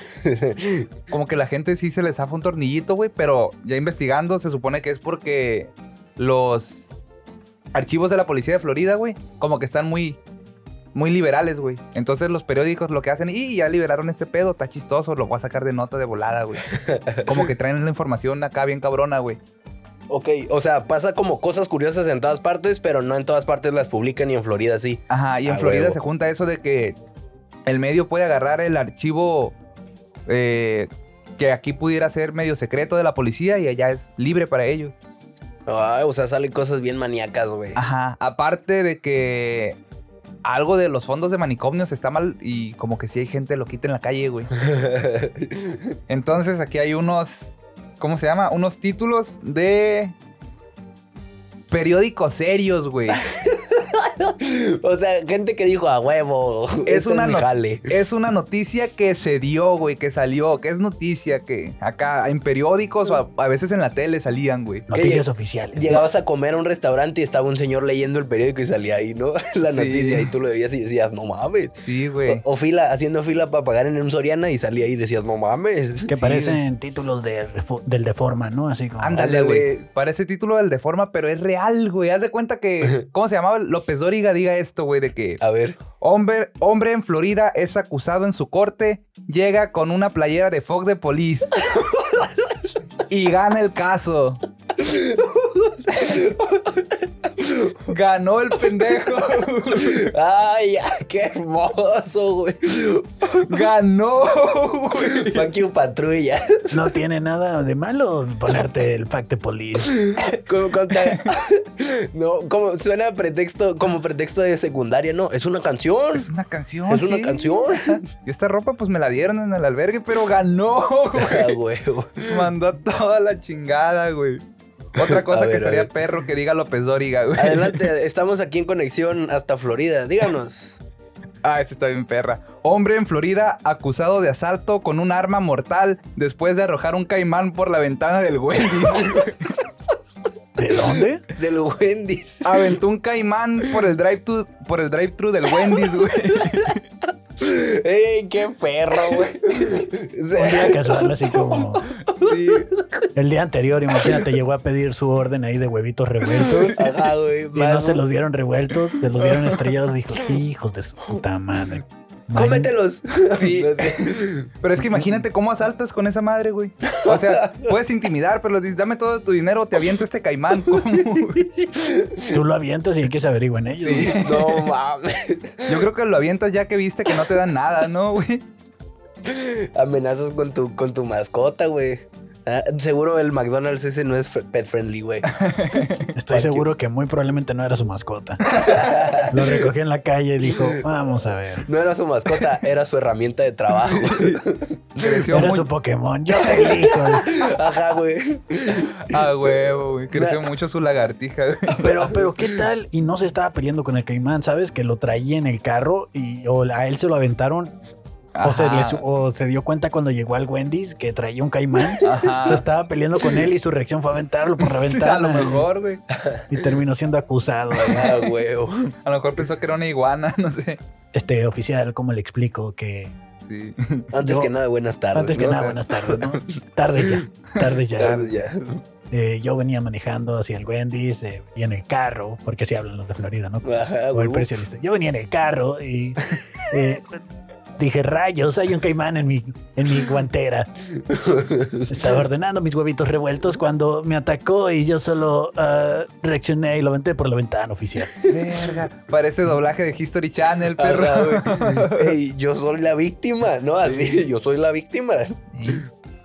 Speaker 3: Como que la gente sí se les zafa un tornillito, güey, pero ya investigando se supone que es porque los archivos de la policía de Florida, güey, como que están muy muy liberales, güey. Entonces los periódicos lo que hacen, y ya liberaron este pedo, está chistoso, lo voy a sacar de nota de volada, güey. Como que traen la información acá bien cabrona, güey.
Speaker 2: Ok, o sea, pasa como cosas curiosas en todas partes, pero no en todas partes las publican y en Florida sí.
Speaker 3: Ajá, y en
Speaker 2: A
Speaker 3: Florida
Speaker 2: huevo.
Speaker 3: se junta eso de que el medio puede agarrar el archivo eh, que aquí pudiera ser medio secreto de la policía y allá es libre para ellos.
Speaker 2: Ay, o sea, salen cosas bien maníacas, güey.
Speaker 3: Ajá, aparte de que algo de los fondos de manicomios está mal y como que si hay gente lo quita en la calle, güey. Entonces aquí hay unos, ¿cómo se llama? Unos títulos de periódicos serios, güey.
Speaker 2: o sea, gente que dijo a huevo.
Speaker 3: Es
Speaker 2: este
Speaker 3: una,
Speaker 2: mi
Speaker 3: no-
Speaker 2: jale".
Speaker 3: es una noticia que se dio, güey, que salió, que es noticia que acá en periódicos o a, a veces en la tele salían, güey.
Speaker 4: Noticias oficiales.
Speaker 2: Llegabas a comer a un restaurante y estaba un señor leyendo el periódico y salía ahí, ¿no? La
Speaker 3: Sí.
Speaker 2: noticia y tú lo veías y decías, no mames.
Speaker 3: Sí, güey.
Speaker 2: O, o fila, haciendo fila para pagar en un Soriana y salía ahí y decías, no mames.
Speaker 4: Que
Speaker 3: Sí,
Speaker 4: parecen títulos de refo- del de forma, ¿no? Así como.
Speaker 3: Ándale,
Speaker 2: Ándale.
Speaker 3: güey. Parece título del Deforma, pero es real, güey. Haz de cuenta que. ¿Cómo se llamaba? López Dóriga diga esto, güey, de que.
Speaker 2: A ver.
Speaker 3: Hombre, hombre en Florida es acusado en su corte, llega con una playera de Fog de Police. y gana el caso. Ganó el pendejo.
Speaker 2: Ay, ay, qué hermoso, güey.
Speaker 3: Ganó. güey.
Speaker 2: Fuck you, patrulla.
Speaker 4: No tiene nada de malo ponerte el fact de police.
Speaker 2: Como cuando- no, como suena a pretexto, como pretexto de secundaria, no, es una canción.
Speaker 3: Es
Speaker 2: Es,
Speaker 3: una canción.
Speaker 2: una
Speaker 3: sí.
Speaker 2: canción.
Speaker 3: Yo esta ropa pues me la dieron en el albergue, pero ganó. güey.
Speaker 2: Ah, huevo.
Speaker 3: Mandó a toda la chingada, güey. Otra cosa
Speaker 2: A ver,
Speaker 3: que
Speaker 2: a
Speaker 3: estaría
Speaker 2: ver.
Speaker 3: perro que diga López Dóriga, güey.
Speaker 2: Adelante, estamos aquí en conexión hasta Florida. Díganos.
Speaker 3: Ah, ese está bien perra. Hombre en Florida acusado de asalto con un arma mortal después de arrojar un caimán por la ventana del Wendy's.
Speaker 4: ¿De dónde?
Speaker 2: Del Wendy's.
Speaker 3: Aventó un caimán por el drive-thru por el drive-thru del Wendy's, güey.
Speaker 2: ¡Ey, qué perro, güey!
Speaker 4: Un día casual, así como.
Speaker 3: Sí.
Speaker 4: El día anterior, imagínate, llegó a pedir su orden ahí de huevitos revueltos.
Speaker 2: Ajá, güey.
Speaker 4: Y no
Speaker 2: más-
Speaker 4: se los dieron revueltos, se los dieron estrellados. Dijo, hijos de su puta madre.
Speaker 2: ¡Cómetelos!
Speaker 3: Sí.
Speaker 2: No sé.
Speaker 3: Pero es que imagínate cómo asaltas con esa madre, güey. O sea, puedes intimidar, pero le dices, dame todo tu dinero, o te aviento este caimán. ¿Cómo?
Speaker 4: Tú lo avientas y hay que se averigüen ellos.
Speaker 3: Sí.
Speaker 2: No mames.
Speaker 3: Yo creo que lo avientas ya que viste que no te dan nada, ¿no, güey?
Speaker 2: Amenazas con tu, con tu mascota, güey. Ah, seguro el McDonald's ese no es fe- pet friendly, güey.
Speaker 4: Estoy seguro que muy probablemente no era su mascota. Lo recogió en la calle y dijo, vamos a ver.
Speaker 2: No era su mascota, era su herramienta de trabajo.
Speaker 3: Creció
Speaker 4: Era
Speaker 3: muy...
Speaker 4: su Pokémon, yo te elijo.
Speaker 2: Ajá, güey.
Speaker 3: Ah, huevo, güey. Creció mucho su lagartija, güey.
Speaker 4: Pero, pero, ¿qué tal? Y no se estaba peleando con el caimán, ¿sabes? Que lo traía en el carro y o a él se lo aventaron. O se, le su-
Speaker 3: Ajá.
Speaker 4: o se dio cuenta cuando llegó al Wendy's que traía un caimán.
Speaker 3: Ajá.
Speaker 4: Se estaba peleando con él y su reacción fue aventarlo por
Speaker 3: A
Speaker 4: reventarlo.
Speaker 3: lo mejor, güey.
Speaker 4: Y terminó siendo acusado.
Speaker 2: Ah, güey.
Speaker 3: A lo mejor pensó que era una iguana, no sé.
Speaker 4: Este oficial, ¿cómo le explico? Que
Speaker 3: Sí.
Speaker 2: Antes
Speaker 4: Yo-
Speaker 2: que nada, buenas tardes.
Speaker 4: antes que
Speaker 2: ¿no?
Speaker 4: nada, buenas tardes, ¿no? Tarde ya, tarde ya.
Speaker 2: Tardes ya.
Speaker 4: Eh, yo venía manejando hacia el Wendy's eh, y en el carro, porque así hablan los de Florida, ¿no?
Speaker 3: Ah,
Speaker 2: Ajá,
Speaker 4: O el
Speaker 2: güey.
Speaker 4: precio listo. Yo venía en el carro y eh, dije, rayos, hay un caimán en mi, en mi guantera. Estaba ordenando mis huevitos revueltos cuando me atacó y yo solo ah, reaccioné y lo aventé por la ventana oficial.
Speaker 3: Verga. Parece doblaje de History
Speaker 2: Ah,
Speaker 3: Channel, perro.
Speaker 2: Ajá, güey. Ey, yo soy la víctima, ¿no? Así, yo soy la víctima.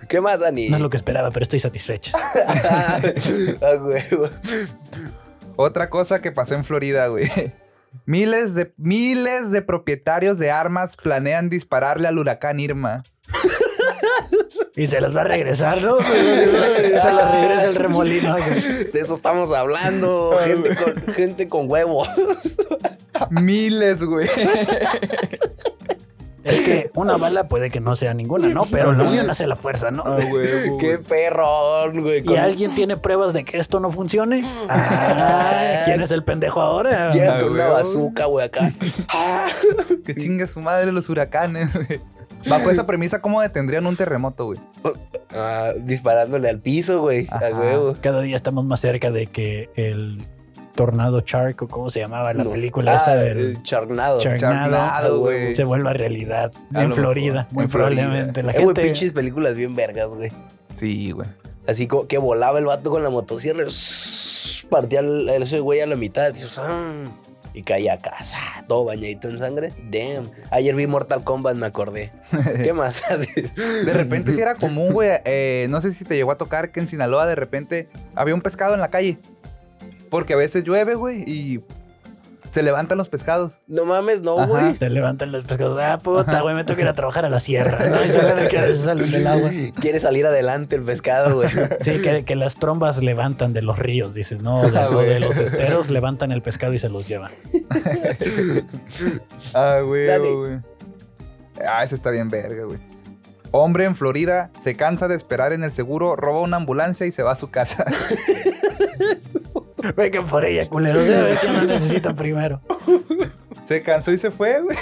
Speaker 2: ¿Qué más, Dani?
Speaker 5: No es lo que esperaba, pero estoy satisfecho.
Speaker 2: Ah, huevo.
Speaker 3: Otra cosa que pasó en Florida, güey. Miles de, miles de propietarios de armas planean dispararle al huracán Irma.
Speaker 5: Y se las va a regresar, ¿no? Se las regresa el remolino.
Speaker 2: De eso estamos hablando.
Speaker 5: Ah,
Speaker 2: Gente con, gente con huevo.
Speaker 3: Miles, güey.
Speaker 5: Es que una bala puede que no sea ninguna, ¿no? Pero la unión hace la fuerza, ¿no?
Speaker 2: Qué perrón, güey.
Speaker 5: ¿Y
Speaker 2: Con-
Speaker 5: alguien tiene pruebas de que esto no funcione? Ah, ¿Quién es el pendejo ahora?
Speaker 2: Llegas
Speaker 3: Ah,
Speaker 2: con una
Speaker 3: huevo.
Speaker 2: bazooka, güey, acá. Ah,
Speaker 3: Que chingue su madre los huracanes, güey. Bajo esa premisa, ¿cómo detendrían un terremoto, güey?
Speaker 2: ah, disparándole al piso, güey. A
Speaker 3: Ajá.
Speaker 2: huevo.
Speaker 5: Cada día estamos más cerca de que el tornado Shark, o cómo se llamaba la
Speaker 2: No.
Speaker 5: película
Speaker 2: Ah,
Speaker 5: esta del
Speaker 2: el charnado.
Speaker 5: Charnado,
Speaker 3: Charnado, güey.
Speaker 5: se vuelva realidad
Speaker 3: A
Speaker 5: en
Speaker 3: lo
Speaker 5: Florida,
Speaker 3: mejor,
Speaker 5: muy
Speaker 3: en Florida.
Speaker 5: probablemente. La
Speaker 2: Eh, güey,
Speaker 5: gente
Speaker 2: pinches películas bien vergas, güey.
Speaker 3: Sí, güey.
Speaker 2: Así como que volaba el vato con la motosierra. shhh, Partía al- a ese güey a la mitad. así, ¡zam! Y caía a casa, todo bañadito en sangre. Damn. Ayer vi Mortal Kombat, me acordé. ¿Qué más? Así.
Speaker 3: De repente sí era común, güey. eh, no sé si te llegó a tocar que en Sinaloa de repente había un pescado en la calle. Porque a veces llueve, güey, y se levantan los pescados.
Speaker 2: no mames, no,
Speaker 3: Ajá.
Speaker 2: güey.
Speaker 5: te levantan los pescados. Ah, puta, güey, me tengo que ir a trabajar a la sierra. ¿no? Y se van a quedar- se salen del agua.
Speaker 2: Quiere salir adelante el pescado, güey.
Speaker 5: Sí, que, que las trombas levantan de los ríos, dices, no, de, lo de los esteros levantan el pescado y se los llevan.
Speaker 3: Ah, güey,
Speaker 2: Dale.
Speaker 3: güey. Ah, ese está bien verga, güey. Hombre en Florida se cansa de esperar en el seguro, roba una ambulancia y se va a su casa.
Speaker 5: Vengan por ella, culeros, ya ven que no necesitan primero.
Speaker 3: se cansó y se fue, güey.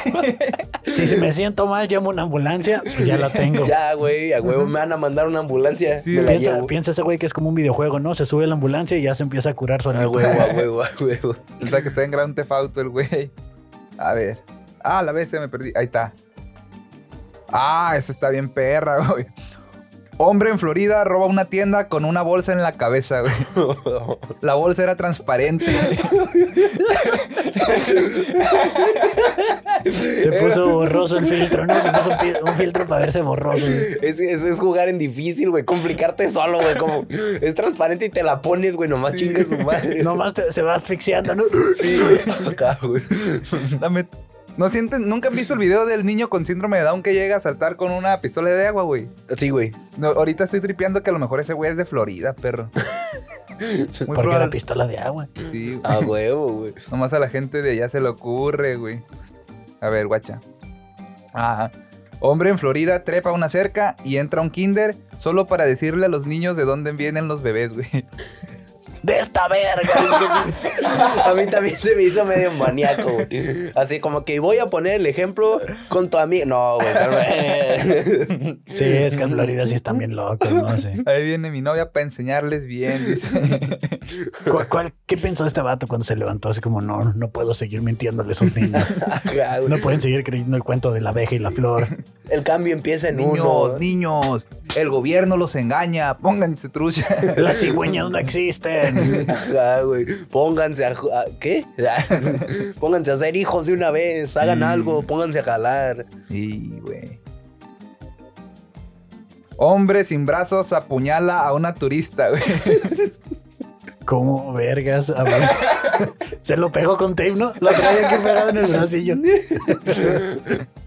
Speaker 5: Si se me siento mal, llamo una ambulancia, pues ya la tengo.
Speaker 2: Ya, güey, a huevo me van a mandar una ambulancia.
Speaker 3: Sí,
Speaker 2: me la
Speaker 5: Piensa,
Speaker 2: llevo.
Speaker 5: piensa ese güey que es como un videojuego, ¿no? Se sube a la ambulancia y ya se empieza a curar
Speaker 2: A
Speaker 5: solito.
Speaker 2: huevo, a huevo, a huevo.
Speaker 3: O sea, que está en Grand Theft Auto el güey. A ver. Ah, la bestia me perdí. Ahí está. Ah, esa está bien perra, güey. Hombre en Florida roba una tienda con una bolsa en la cabeza, güey. La bolsa era transparente.
Speaker 5: Se puso borroso el filtro, ¿no? Se puso un fi- un filtro para verse borroso. güey.
Speaker 2: Es, es, es jugar en difícil, güey. Complicarte solo, güey. Como es transparente y te la pones, güey. Nomás chingue su madre.
Speaker 5: Nomás te- se va asfixiando, ¿no?
Speaker 2: Sí, güey. Acá, güey.
Speaker 3: Dame- ¿No sienten, nunca han visto el video del niño con síndrome de Down que llega a saltar con una pistola de agua, güey?
Speaker 2: Sí, güey.
Speaker 3: No, ahorita estoy tripeando que a lo mejor ese güey es de Florida, perro. Muy
Speaker 5: Porque era
Speaker 3: probable.
Speaker 5: pistola de agua.
Speaker 3: Sí, güey.
Speaker 2: A huevo, güey.
Speaker 3: Nomás a la gente de allá se le ocurre, güey. A ver, guacha. Ajá. Hombre en Florida trepa una cerca y entra a un kinder solo para decirle a los niños de dónde vienen los bebés, güey.
Speaker 5: ¡De esta verga!
Speaker 2: A mí también se me hizo medio maníaco, güey. Así como que voy a poner el ejemplo con tu amigo. No, güey. calma.
Speaker 5: Sí, es que en Florida sí están bien locos, ¿no? Sí.
Speaker 3: Ahí viene mi novia para enseñarles bien, dice.
Speaker 5: ¿Cuál- cuál- ¿Qué pensó este vato cuando se levantó? Así como, no, no puedo seguir mintiéndole a esos niños.
Speaker 2: Ajá, güey.
Speaker 5: No pueden seguir creyendo el cuento de la abeja y la flor.
Speaker 2: El cambio empieza en uno. ¿eh?
Speaker 3: Niños, niños, el gobierno los engaña, pónganse trucha.
Speaker 5: Las cigüeñas no existen.
Speaker 2: Ajá, güey. Pónganse a, ju- a- ¿Qué? pónganse a ser hijos de una vez. Hagan
Speaker 3: Sí.
Speaker 2: algo. Pónganse a jalar.
Speaker 3: Sí, güey. Hombre sin brazos apuñala a una turista, güey.
Speaker 5: ¿Cómo vergas? A ver. Se lo pegó con tape, ¿no? Lo traía que pegado en el bracillo.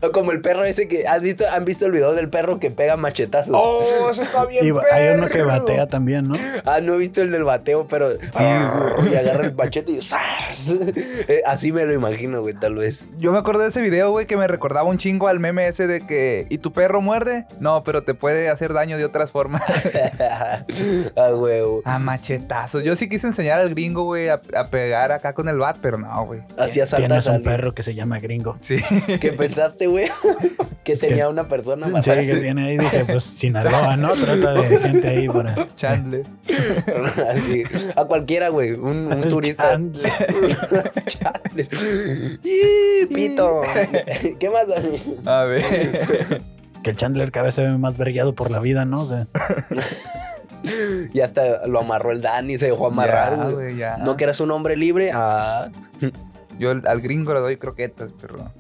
Speaker 2: O Como el perro ese que has visto, han visto el video del perro que pega machetazos.
Speaker 3: ¡Oh, eso está bien
Speaker 5: Y va- hay uno que
Speaker 3: perro!
Speaker 5: batea también, ¿no?
Speaker 2: Ah, no he visto el del bateo, pero Ah, y agarra el machete y ¡zas! Eh, así me lo imagino, güey, tal vez.
Speaker 3: Yo me acordé de ese video, güey, que me recordaba un chingo al meme ese de que... ¿Y tu perro muerde? No, pero te puede hacer daño de otras formas.
Speaker 2: ah, huevo.
Speaker 3: a machetazos. Yo sí quise enseñar al gringo, güey, a, a pegar acá con el bat, pero no, güey.
Speaker 2: Así asaltas
Speaker 5: Tienes
Speaker 2: a
Speaker 5: un
Speaker 2: alguien.
Speaker 5: perro que se llama Gringo.
Speaker 3: Sí.
Speaker 2: ¿Qué pensaste, güey? que tenía una persona más.
Speaker 5: Sí, que tiene ahí, dije, pues Sinaloa, ¿no? Trata de gente ahí para.
Speaker 3: Chandler.
Speaker 2: Así. Ah, A cualquiera, güey. Un, un turista.
Speaker 5: Chandler.
Speaker 2: Chale. Y, Pito. ¿Qué más, Dani?
Speaker 3: A ver.
Speaker 5: Que el Chandler cada vez se ve más vergueado por la vida, ¿no? O sea,
Speaker 2: Y hasta lo amarró el Dani, se dejó amarrar,
Speaker 3: Ya,
Speaker 2: güey.
Speaker 3: güey, ya.
Speaker 2: ¿No que eras un hombre libre? Ah,
Speaker 3: Yo al al gringo le doy croquetas, perro.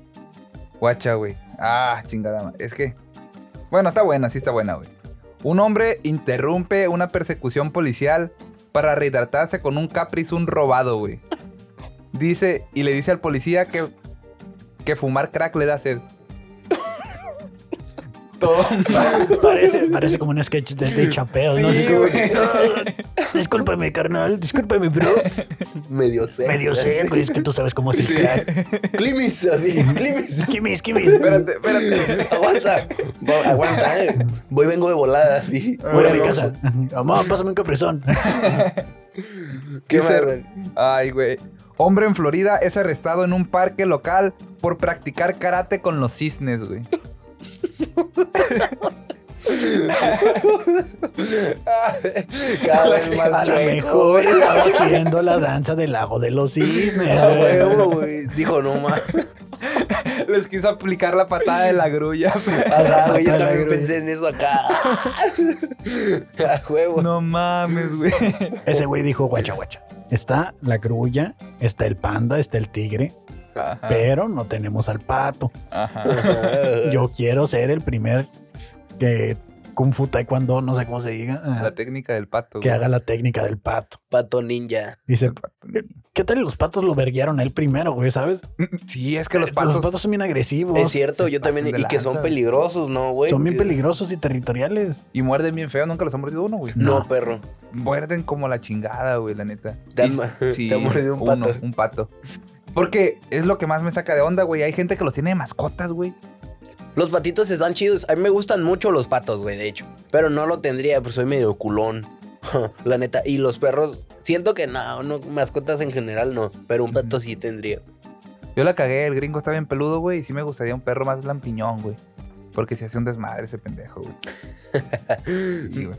Speaker 3: Guacha, güey. Ah, chingada. ma- Es que. Bueno, está buena, sí está buena, güey. Un hombre interrumpe una persecución policial para retratarse con un Capri Sun robado, güey. Dice, y le dice al policía que, que fumar crack le da sed. Todo mal.
Speaker 5: Parece, parece como un sketch de, de chapeo.
Speaker 3: Sí,
Speaker 5: ¿no? Así como,
Speaker 3: güey.
Speaker 5: "Ah, discúlpame, carnal. Discúlpame, bro.
Speaker 2: Medio sed.
Speaker 5: Medio sé, pero es que tú sabes cómo es el crack.
Speaker 2: Climis, así, climis.
Speaker 5: Kimis, kimis.
Speaker 3: Espérate, espérate.
Speaker 2: Aguanta. Va- Aguanta, eh. Voy, vengo de volada, así.
Speaker 5: Fuera
Speaker 2: Bueno,
Speaker 5: de casa. Mamá, pásame un capresón.
Speaker 2: Qué
Speaker 3: Dice-
Speaker 2: mal,
Speaker 3: Ay, güey. Hombre en Florida es arrestado en un parque local por practicar karate con los cisnes, güey.
Speaker 2: Cada
Speaker 3: la-
Speaker 2: vez
Speaker 5: A
Speaker 2: más
Speaker 5: lo
Speaker 2: chueco.
Speaker 5: mejor estaba haciendo la danza del lago de los cisnes.
Speaker 2: A huevo, Ah, güey. Dijo, no más.
Speaker 3: Les quiso aplicar la patada de la grulla.
Speaker 2: Ajá, güey, yo
Speaker 5: Para
Speaker 2: también
Speaker 5: agregar.
Speaker 2: pensé en eso acá. A huevo.
Speaker 3: No mames, güey.
Speaker 5: Ese güey dijo, guacha, guacha. Está la grulla, está el panda, está el tigre,
Speaker 3: Ajá,
Speaker 5: pero no tenemos al pato.
Speaker 3: ajá.
Speaker 5: Yo quiero ser el primer que Kung Fu Taekwondo, no sé cómo se diga, ah,
Speaker 3: La técnica del pato.
Speaker 5: que
Speaker 3: güey.
Speaker 5: haga la técnica del pato.
Speaker 2: Pato ninja.
Speaker 5: Dice,
Speaker 3: El pato.
Speaker 5: ¿qué tal los patos lo verguearon a él primero, güey, sabes? Eh,
Speaker 3: Sí, es que
Speaker 2: Eh,
Speaker 3: los
Speaker 5: Los
Speaker 3: patos.
Speaker 5: patos son bien agresivos.
Speaker 2: Es cierto,
Speaker 3: se
Speaker 2: yo también.
Speaker 3: pasan de
Speaker 2: Y que son
Speaker 3: lanza.
Speaker 2: peligrosos, ¿no, güey?
Speaker 5: Son bien
Speaker 2: Que-
Speaker 5: peligrosos y territoriales.
Speaker 3: Y muerden bien feo, nunca los han mordido uno, güey.
Speaker 2: No,
Speaker 5: No.
Speaker 2: perro.
Speaker 3: Muerden como la chingada, güey, la neta.
Speaker 2: Te han-
Speaker 3: Y-
Speaker 2: te han mordido un
Speaker 3: uno,
Speaker 2: pato.
Speaker 3: un pato. Porque es lo que más me saca de onda, güey. Hay gente que los tiene de mascotas, güey.
Speaker 2: Los patitos están chidos. A mí me gustan mucho los patos, güey, de hecho. Pero no lo tendría, pues soy medio culón. La neta. Y los perros, siento que no, no, mascotas en general no. Pero un pato sí tendría.
Speaker 3: Yo la cagué, el gringo está bien peludo, güey. Y sí me gustaría un perro más lampiñón, güey. Porque se hace un desmadre ese pendejo, güey. Sí, güey.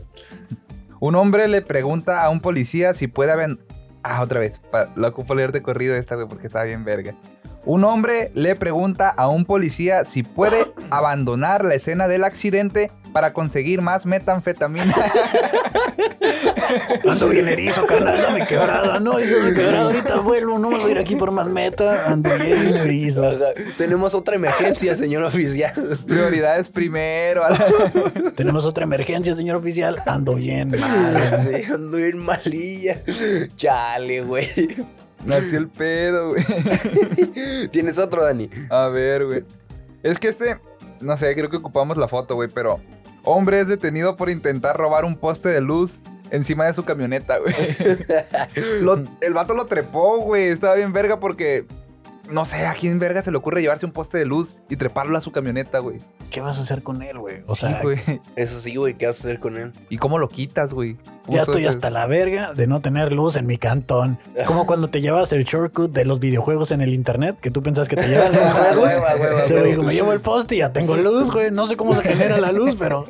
Speaker 3: Un hombre le pregunta a un policía si puede haber... Ah, otra vez. pa- La ocupo leer de corrido esta, güey, porque estaba bien verga. Un hombre le pregunta a un policía si puede abandonar la escena del accidente para conseguir más metanfetamina.
Speaker 5: Ando bien erizo, carnal, dame quebrada. No, eso me quebrada. Ahorita vuelvo, no me voy a ir aquí por más meta. Ando bien erizo.
Speaker 2: Ajá. Tenemos otra emergencia, señor oficial.
Speaker 3: Prioridades primero. a la-
Speaker 5: Tenemos otra emergencia, señor oficial. Ando bien mal.
Speaker 2: Sí, ando bien malilla. Chale, güey.
Speaker 3: Nació el pedo, güey.
Speaker 2: ¿Tienes otro, Dani?
Speaker 3: A ver, güey. Es que este, no sé, creo que ocupamos la foto, güey, pero hombre es detenido por intentar robar un poste de luz encima de su camioneta, güey. Lo- el vato lo trepó, güey. Estaba bien verga porque no sé, a quién verga se le ocurre llevarse un poste de luz y treparlo a su camioneta, güey.
Speaker 5: ¿Qué vas a hacer con él, güey? O
Speaker 3: Sí,
Speaker 2: Ah,
Speaker 5: sea,
Speaker 3: güey.
Speaker 2: Eso sí, güey, ¿qué vas a hacer con él?
Speaker 3: ¿Y cómo lo quitas, güey? Puto,
Speaker 5: ya estoy
Speaker 3: ese-
Speaker 5: hasta la verga de no tener luz en mi cantón. Como cuando te llevas el shortcut de los videojuegos en el internet, que tú pensás que te llevas los
Speaker 2: Ah,
Speaker 5: juegos.
Speaker 2: güey, güey, güey,
Speaker 5: Se
Speaker 2: güey.
Speaker 5: digo, me llevo el poste y ya tengo luz, güey. No sé cómo se genera la luz, pero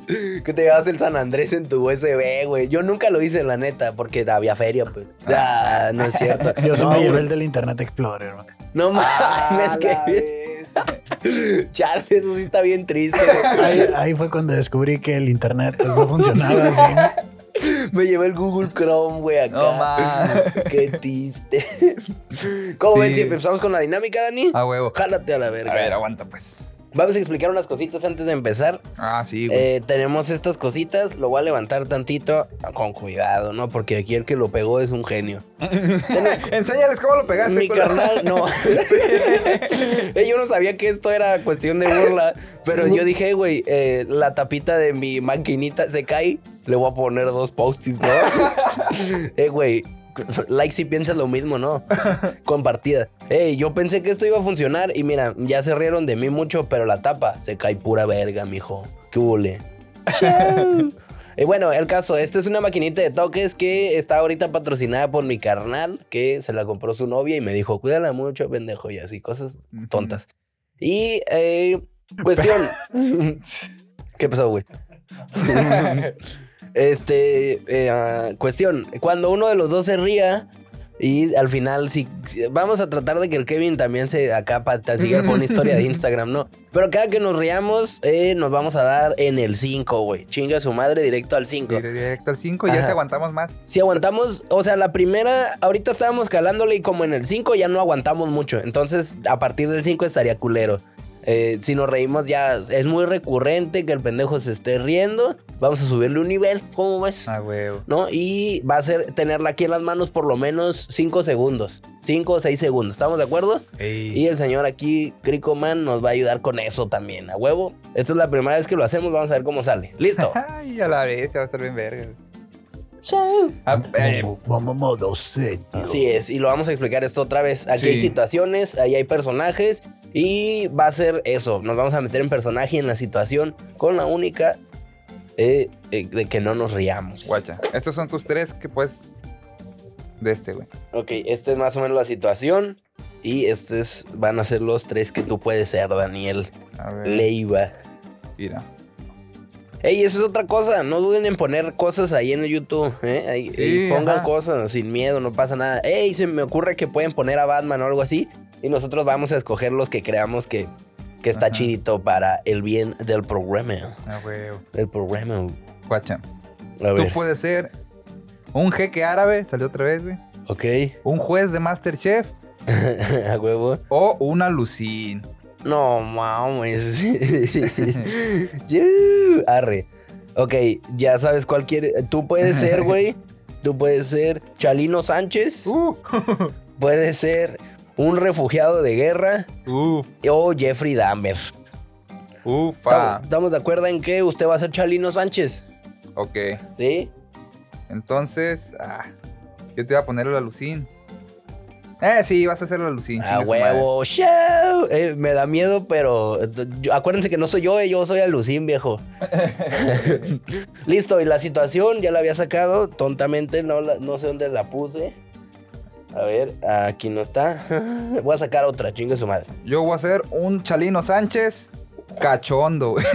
Speaker 2: Que te llevas el San Andrés en tu USB, güey. Yo nunca lo hice, la neta, porque había feria, pues. Ah, no es cierto.
Speaker 5: yo sí
Speaker 2: no,
Speaker 5: me llevé
Speaker 2: güey.
Speaker 5: el del Internet Explorer, güey.
Speaker 2: No mames,
Speaker 3: Ah, la
Speaker 2: que.
Speaker 3: bestia.
Speaker 2: Chale, eso sí está bien triste, güey.
Speaker 5: Ahí, ahí fue cuando descubrí que el Internet pues, no funcionaba así.
Speaker 2: Me llevé el Google Chrome, güey, acá.
Speaker 3: No mames.
Speaker 2: Qué triste. ¿Cómo
Speaker 3: Sí.
Speaker 2: ven si empezamos con la dinámica, Dani?
Speaker 3: A Ah, huevo.
Speaker 2: Jálate a la verga.
Speaker 3: A ver, aguanta, pues.
Speaker 2: Vamos a explicar unas cositas antes de empezar.
Speaker 3: Ah, sí, güey.
Speaker 2: Eh, tenemos estas cositas, lo voy a levantar tantito con cuidado, ¿no? Porque aquí el que lo pegó es un genio.
Speaker 3: Enséñales cómo lo pegaste,
Speaker 2: Mi
Speaker 3: culero.
Speaker 2: carnal, no. Eh, yo no sabía que esto era cuestión de burla, pero yo dije, "Hey, güey, eh, la tapita de mi maquinita se cae, le voy a poner dos post-its, ¿no? eh, güey, like si piensas lo mismo, ¿no? Compartida. Ey, yo pensé que esto iba a funcionar y mira, ya se rieron de mí mucho, pero la tapa se cae pura verga, mijo. ¿Qué hule? Y bueno, el caso, esta es una maquinita de toques que está ahorita patrocinada por mi carnal, que se la compró su novia y me dijo, cuídala mucho, pendejo, y así, cosas
Speaker 3: Ujú.
Speaker 2: tontas. Y, eh, cuestión. ¿Qué pasó, güey? este, eh, ah, cuestión. Cuando uno de los dos se ría y al final, si, si- vamos a tratar de que el Kevin también se acá siga con una historia de Instagram, ¿no? Pero cada que nos riamos, eh, nos vamos a dar en el 5, güey. Chinga su madre directo al 5.
Speaker 3: Directo al 5, ya
Speaker 2: Ajá.
Speaker 3: si aguantamos más.
Speaker 2: Si aguantamos, o sea, la primera, ahorita estábamos calándole y como en el 5 ya no aguantamos mucho. Entonces, a partir del 5 estaría culero. eh, si nos reímos ya es muy recurrente que el pendejo se esté riendo. Vamos a subirle un nivel, ¿cómo ves?
Speaker 3: Ah, huevo.
Speaker 2: ¿No? Y va a ser tenerla aquí en las manos por lo menos 5 segundos. 5 o 6 segundos, ¿estamos de acuerdo? Y el señor aquí, Cricoman, nos va a ayudar con eso también, a huevo. Esta es la primera vez que lo hacemos, vamos a ver cómo sale. Listo.
Speaker 3: Ay, a la vez, va a estar bien verga. Ah, eh,
Speaker 4: Momo- Momo modo serio.
Speaker 2: Así es, y lo vamos a explicar esto otra vez. Aquí
Speaker 3: Sí.
Speaker 2: hay situaciones, ahí hay personajes y va a ser eso. Nos vamos a meter en personaje y en la situación con la única eh, eh, de que no nos riamos.
Speaker 3: guacha. Estos son tus tres que puedes. De este, güey.
Speaker 2: Ok, esta es más o menos la situación y estos van a ser los tres que tú puedes ser, Daniel
Speaker 3: A ver.
Speaker 2: Leiva.
Speaker 3: Mira.
Speaker 2: Ey, eso es otra cosa. No duden en poner cosas ahí en el YouTube. ¿eh? Ahí,
Speaker 3: Sí,
Speaker 2: ahí pongan
Speaker 3: ajá.
Speaker 2: cosas sin miedo, no pasa nada. Ey, se me ocurre que pueden poner a Batman o algo así. Y nosotros vamos a escoger los que creamos que, que está
Speaker 3: Ajá.
Speaker 2: chidito para el bien del programa.
Speaker 3: A huevo.
Speaker 2: Del programa.
Speaker 3: Guacha.
Speaker 2: A
Speaker 3: Tú
Speaker 2: ver.
Speaker 3: puedes ser un jeque árabe, salió otra vez, güey.
Speaker 2: Ok.
Speaker 3: Un juez de Masterchef
Speaker 2: a huevo.
Speaker 3: o un alucín.
Speaker 2: No mames. Yuuu, Arre. Ok, ya sabes cuál quiere. Tú puedes ser, güey. Tú puedes ser Chalino Sánchez.
Speaker 3: Uh,
Speaker 2: Puede ser un refugiado de guerra
Speaker 3: uf,
Speaker 2: o Jeffrey Dahmer.
Speaker 3: ufa.
Speaker 2: ¿Estamos- ¿Estamos de acuerdo en que usted va a ser Chalino Sánchez?
Speaker 3: Ok,
Speaker 2: ¿Sí?
Speaker 3: entonces. ah, yo te iba a poner el alucín. Eh, sí, vas a hacer el alucín.
Speaker 2: A
Speaker 3: chinga su madre.
Speaker 2: huevo, show. Eh, me da miedo, pero eh, yo- acuérdense que no soy yo, eh, yo soy Alucín, viejo. Listo, y la situación ya la había sacado tontamente, no, la- no sé dónde la puse. A ver, aquí no está. Voy a sacar otra, chingue su madre.
Speaker 3: Yo voy a ser un Chalino Sánchez cachondo, güey.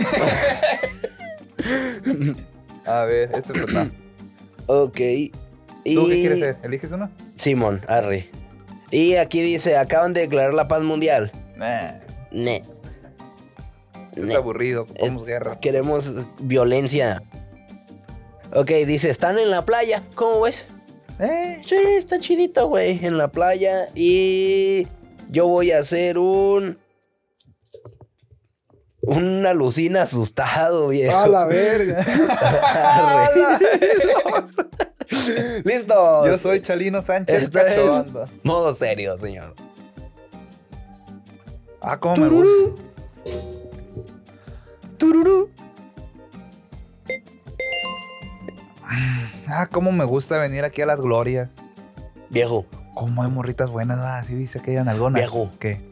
Speaker 3: a ver, este es verdad.
Speaker 2: Ok. ¿Y
Speaker 3: ¿Tú qué quieres ser? ¿Eliges uno?
Speaker 2: Simón, arre. Y aquí dice, acaban de declarar la paz mundial.
Speaker 3: Nah,
Speaker 2: Ne.
Speaker 3: es
Speaker 2: Ne.
Speaker 3: aburrido, ocupamos guerra.
Speaker 2: Queremos violencia. Ok, dice, están en la playa. ¿Cómo ves?
Speaker 3: Eh,
Speaker 2: Sí, está chidito, güey. En la playa. Y yo voy a hacer un... Un alucina asustado, viejo.
Speaker 3: Eh, a la verga.
Speaker 2: Arre. Listo.
Speaker 3: Yo soy Chalino Sánchez
Speaker 2: Esto es-
Speaker 3: Cachondo.
Speaker 2: Modo serio, señor.
Speaker 3: Ah, cómo me gusta.
Speaker 2: Tururú.
Speaker 3: Ah, cómo me gusta venir aquí a las glorias.
Speaker 2: Viejo,
Speaker 3: Cómo hay morritas buenas, va. Sí, dice aquella nalgona.
Speaker 2: Viejo.
Speaker 3: ¿Qué?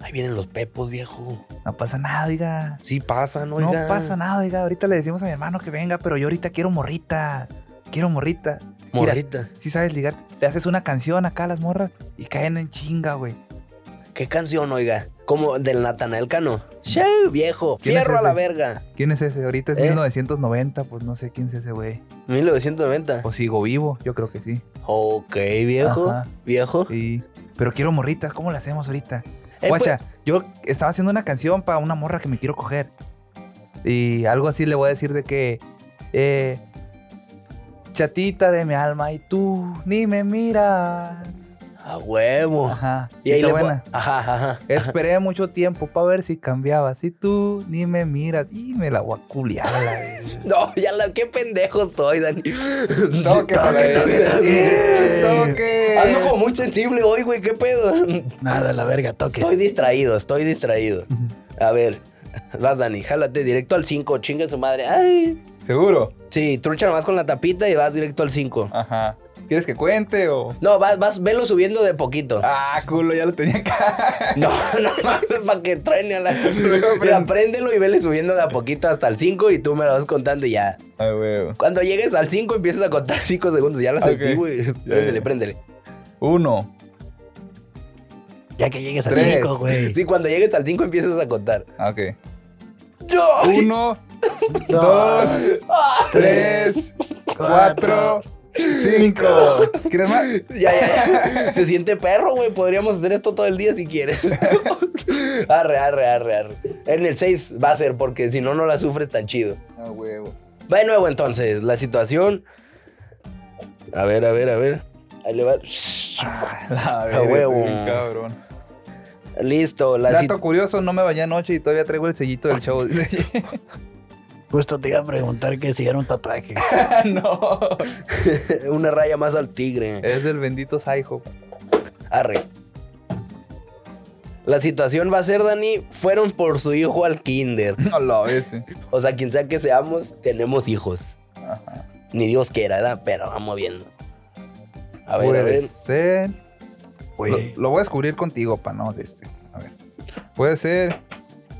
Speaker 2: ahí vienen los pepos, viejo.
Speaker 3: No pasa nada, oiga.
Speaker 2: Sí pasan,
Speaker 3: No
Speaker 2: oiga.
Speaker 3: pasa nada, oiga. Ahorita le decimos a mi hermano que venga, pero yo ahorita quiero morrita. Quiero morrita.
Speaker 2: Morrita.
Speaker 3: Si sabes ligar, le haces una canción acá a las morras y caen en chinga, güey.
Speaker 2: ¿Qué canción, oiga? Como del Natanael Cano. ¡Che, viejo!
Speaker 3: ¿Quién es
Speaker 2: ¡Fierro a la
Speaker 3: ese?
Speaker 2: verga!
Speaker 3: ¿Quién es ese? Ahorita es
Speaker 2: ¿Eh?
Speaker 3: 1990, pues no sé quién es ese, güey.
Speaker 2: 1990.
Speaker 3: O sigo vivo, yo creo que sí.
Speaker 2: Ok, viejo.
Speaker 3: Ajá.
Speaker 2: Viejo.
Speaker 3: Sí. Pero quiero morritas, ¿cómo le hacemos ahorita?
Speaker 2: Eh,
Speaker 3: Guacha, yo estaba haciendo una canción para una morra que me quiero coger. Y algo así le voy a decir de que. eh, chatita de mi alma, y tú ni me miras.
Speaker 2: pues, a huevo.
Speaker 3: Ajá.
Speaker 2: Y ahí
Speaker 3: está
Speaker 2: le po-
Speaker 3: buena.
Speaker 2: Ajá, ajá. ajá.
Speaker 3: Esperé mucho tiempo para ver si cambiabas. Y tú ni me miras. Y me la voy a culiar a la vez.
Speaker 2: No, ya la... ¡Qué pendejo estoy, Dani!
Speaker 3: Toque, toque, toque, toque.
Speaker 2: Ando como muy sensible hoy, güey. ¿Qué pedo?
Speaker 4: Nada, la verga, toque.
Speaker 2: Estoy distraído, estoy distraído. A ver, vas, Dani, jálate directo al 5, chinga su madre. Ay.
Speaker 3: ¿Seguro?
Speaker 2: Sí, trucha nomás con la tapita y vas directo al 5.
Speaker 3: Ajá. ¿Quieres que cuente o.?
Speaker 2: No, vas, vas, velo subiendo de poquito.
Speaker 3: Ah, culo, ya lo tenía acá.
Speaker 2: No, no mames, para que truene a la.
Speaker 3: Luego
Speaker 2: Mira,
Speaker 3: prend-
Speaker 2: préndelo y vele subiendo de a poquito hasta el 5 y tú me lo vas contando y ya.
Speaker 3: Ay, huevo.
Speaker 2: Cuando llegues al 5 empiezas a contar 5 segundos. Ya la sentí,
Speaker 3: Ok.
Speaker 2: güey.
Speaker 3: ya.
Speaker 2: Préndele, préndele.
Speaker 3: Uno.
Speaker 4: Ya que llegues al
Speaker 3: Tres.
Speaker 4: chico, güey.
Speaker 2: Sí, cuando llegues al 5 empiezas a contar.
Speaker 3: Ah, Ok.
Speaker 2: ¡Yo!
Speaker 3: Uno, dos, tres, cuatro, cinco. ¿Quieres más?
Speaker 2: Ya, ya, ya. Se siente perro, güey. Podríamos hacer esto todo el día si quieres. arre, arre, arre, arre. En el 6 va a ser, porque si no, no la sufres tan chido.
Speaker 3: Ah, huevo.
Speaker 2: Va de nuevo entonces, la situación. A ver, a ver, a ver. Ahí le va.
Speaker 3: La
Speaker 2: huevo.
Speaker 3: qué este, cabrón.
Speaker 2: Listo, la
Speaker 3: Dato
Speaker 2: cita.
Speaker 3: curioso, no me bañé anoche y todavía traigo el sellito del show.
Speaker 4: Justo te iba a preguntar que si era un tatuaje.
Speaker 3: no.
Speaker 2: Una raya más al tigre.
Speaker 3: Es del bendito Saiho.
Speaker 2: Arre. La situación va a ser, Dani, fueron por su hijo al kinder.
Speaker 3: No lo ves.
Speaker 2: O sea, quien sea que seamos, tenemos hijos. Ni Dios quiera, ¿verdad? Pero vamos viendo. A ver, a
Speaker 3: Puede
Speaker 2: ver.
Speaker 3: ser. Lo,
Speaker 4: Oye,
Speaker 3: lo voy a descubrir contigo, pa, no, de este. A ver. Puede ser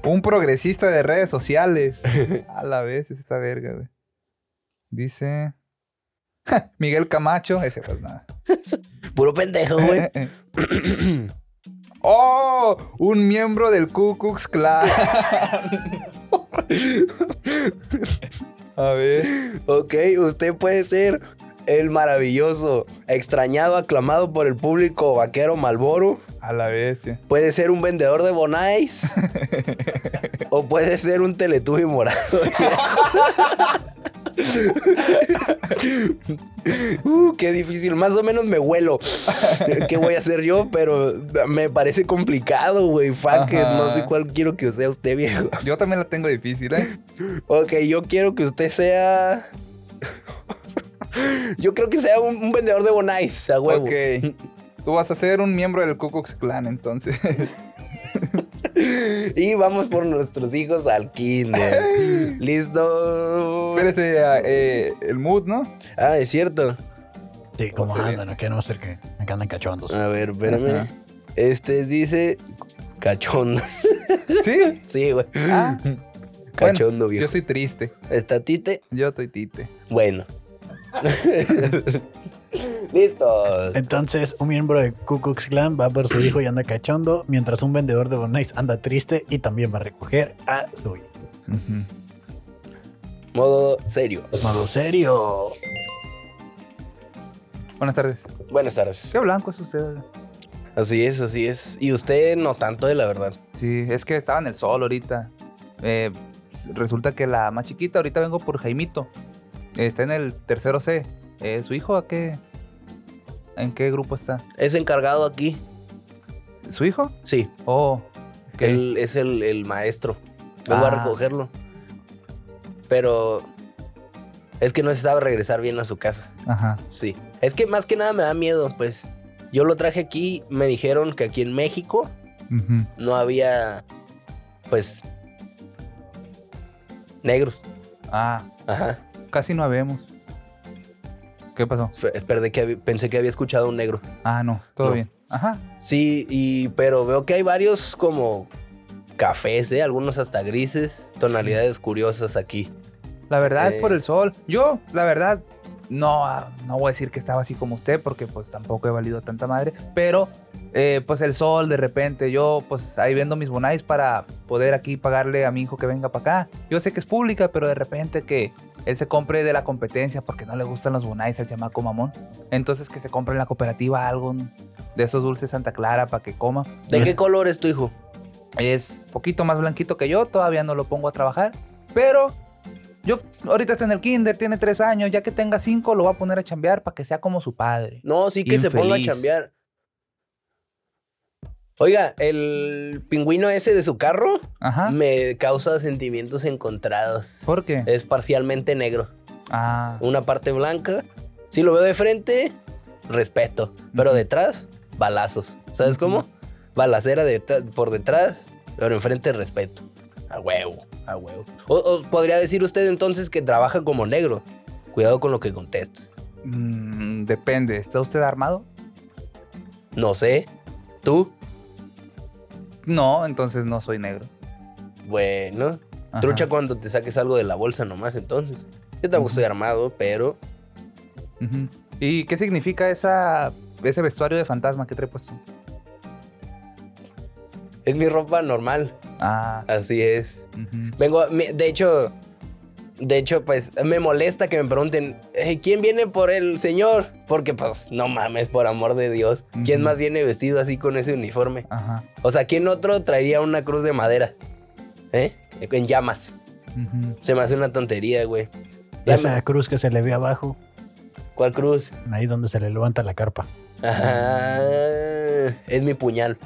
Speaker 3: un progresista de redes sociales. A la vez es esta verga, güey. Dice. Miguel Camacho, ese pues nada. Eh,
Speaker 2: Puro pendejo, güey.
Speaker 3: ¡Oh! Un miembro del Ku Klux Klan. A ver.
Speaker 2: Ok, usted puede ser el maravilloso, extrañado, aclamado por el público vaquero Malboro.
Speaker 3: A la vez, eh. sí.
Speaker 2: Puede ser un vendedor de bonais. o puede ser un teletubi morado. Uh, qué difícil. Más o menos me huelo. ¿Qué voy a hacer yo? Pero me parece complicado, güey. Fuck it. No sé
Speaker 3: Ajá.
Speaker 2: cuál quiero que sea usted, viejo.
Speaker 3: Yo también la tengo difícil, ¿eh?
Speaker 2: Ok, yo quiero que usted sea. yo creo que sea un, un vendedor de bonais, a huevo.
Speaker 3: Ok. Tú vas a ser un miembro del Ku Klux Klan, entonces.
Speaker 2: Y vamos por nuestros hijos al kinder. Listo.
Speaker 3: Espérese, eh, el mood, ¿no?
Speaker 2: Ah, es cierto.
Speaker 4: sí, como
Speaker 3: José.
Speaker 4: andan, que no va a ser que acá andan cachondos.
Speaker 2: A ver, espérame.
Speaker 3: Ajá.
Speaker 2: Este dice cachondo.
Speaker 3: Sí.
Speaker 2: Sí, güey.
Speaker 3: Ah,
Speaker 2: Cachondo,
Speaker 3: yo
Speaker 2: viejo.
Speaker 3: soy triste.
Speaker 2: Estatite.
Speaker 3: Yo estoy tite.
Speaker 2: Bueno. Listo.
Speaker 4: Entonces, un miembro de Ku Klux Klan va por su hijo y anda cachondo, mientras un vendedor de Bonais anda triste y también va a recoger a su hijo.
Speaker 2: Modo serio.
Speaker 4: Modo serio.
Speaker 3: Buenas tardes.
Speaker 2: Buenas tardes.
Speaker 3: Qué blanco es usted.
Speaker 2: Así es, así es. Y usted no tanto de la verdad.
Speaker 3: Sí, es que estaba en el sol ahorita. Eh, resulta que la más chiquita, ahorita vengo por Jaimito. Está en el tercero C. Eh, ¿Su hijo a qué? ¿En qué grupo está?
Speaker 2: Es encargado aquí.
Speaker 3: ¿Su hijo?
Speaker 2: Sí.
Speaker 3: Oh, ok.
Speaker 2: Él es el, el maestro. Vengo a
Speaker 3: Ah.
Speaker 2: recogerlo. Pero es que no se sabe regresar bien a su casa.
Speaker 3: Ajá.
Speaker 2: Sí. Es que más que nada me da miedo, pues. Yo lo traje aquí, me dijeron que aquí en México
Speaker 3: Ujú.
Speaker 2: no había, pues, negros.
Speaker 3: Ah,
Speaker 2: Ajá.
Speaker 3: casi no habemos. ¿Qué pasó?
Speaker 2: Fe- Perdé que, hab- pensé que había escuchado un negro.
Speaker 3: Ah, no, todo
Speaker 2: No.
Speaker 3: bien. Ajá.
Speaker 2: Sí, y pero veo que hay varios como cafés, ¿eh? algunos hasta grises, tonalidades curiosas aquí.
Speaker 3: La verdad
Speaker 2: Eh.
Speaker 3: es por el sol. Yo, la verdad, no, ah, no voy a decir que estaba así como usted, porque pues tampoco he valido tanta madre. Pero, eh, pues el sol, de repente, yo pues ahí vendo mis bonais para poder aquí pagarle a mi hijo que venga para acá. Yo sé que es pública, pero de repente que él se compre de la competencia porque no le gustan los bonais al chamaco mamón. Entonces que se compre en la cooperativa algo de esos dulces Santa Clara para que coma.
Speaker 2: ¿De qué color es tu hijo?
Speaker 3: Es poquito más blanquito que yo, todavía no lo pongo a trabajar. Pero yo ahorita está en el kinder, tiene tres años, ya que tenga cinco lo voy a poner a chambear para que sea como su padre.
Speaker 2: No, sí que se ponga a
Speaker 3: Infeliz.
Speaker 2: chambear. Oiga, el pingüino ese de su carro
Speaker 3: Ajá.
Speaker 2: me Eh, causa sentimientos encontrados.
Speaker 3: ¿Por qué?
Speaker 2: Es parcialmente negro.
Speaker 3: Ah,
Speaker 2: Una parte blanca. Si lo veo de frente, respeto. Pero
Speaker 3: Ujú.
Speaker 2: detrás, balazos. ¿Sabes
Speaker 3: Ujú.
Speaker 2: cómo? Balacera de- por detrás, pero enfrente, respeto. A huevo, a huevo. O, o podría decir usted entonces que trabaja como negro. Cuidado con lo que contesta.
Speaker 3: mm, depende. ¿Está usted armado?
Speaker 2: No sé. ¿Tú?
Speaker 3: No, entonces no soy negro.
Speaker 2: Bueno,
Speaker 3: Ajá.
Speaker 2: trucha cuando te saques algo de la bolsa nomás, entonces. Yo tampoco
Speaker 3: Ujú.
Speaker 2: estoy armado, pero
Speaker 3: Ujú. ¿Y qué significa esa, ese vestuario de fantasma que trae puesto?
Speaker 2: es mi ropa normal,
Speaker 3: Ah,
Speaker 2: así es.
Speaker 3: ujú.
Speaker 2: Vengo, a- mi- de hecho, de hecho, pues me molesta que me pregunten, "Eh, ¿quién viene por el señor? Porque pues no mames, por amor de Dios, ¿quién
Speaker 3: Ujú.
Speaker 2: más viene vestido así con ese uniforme?
Speaker 3: ajá.
Speaker 2: O sea, ¿quién otro traería una cruz de madera? ¿Eh? En llamas.
Speaker 3: Ujú.
Speaker 2: Se me hace una tontería, güey. Ya
Speaker 4: Esa
Speaker 2: me-
Speaker 4: cruz que se le ve abajo,
Speaker 2: ¿Cuál cruz?
Speaker 4: ahí donde se le levanta la carpa.
Speaker 2: Ajá, es mi puñal.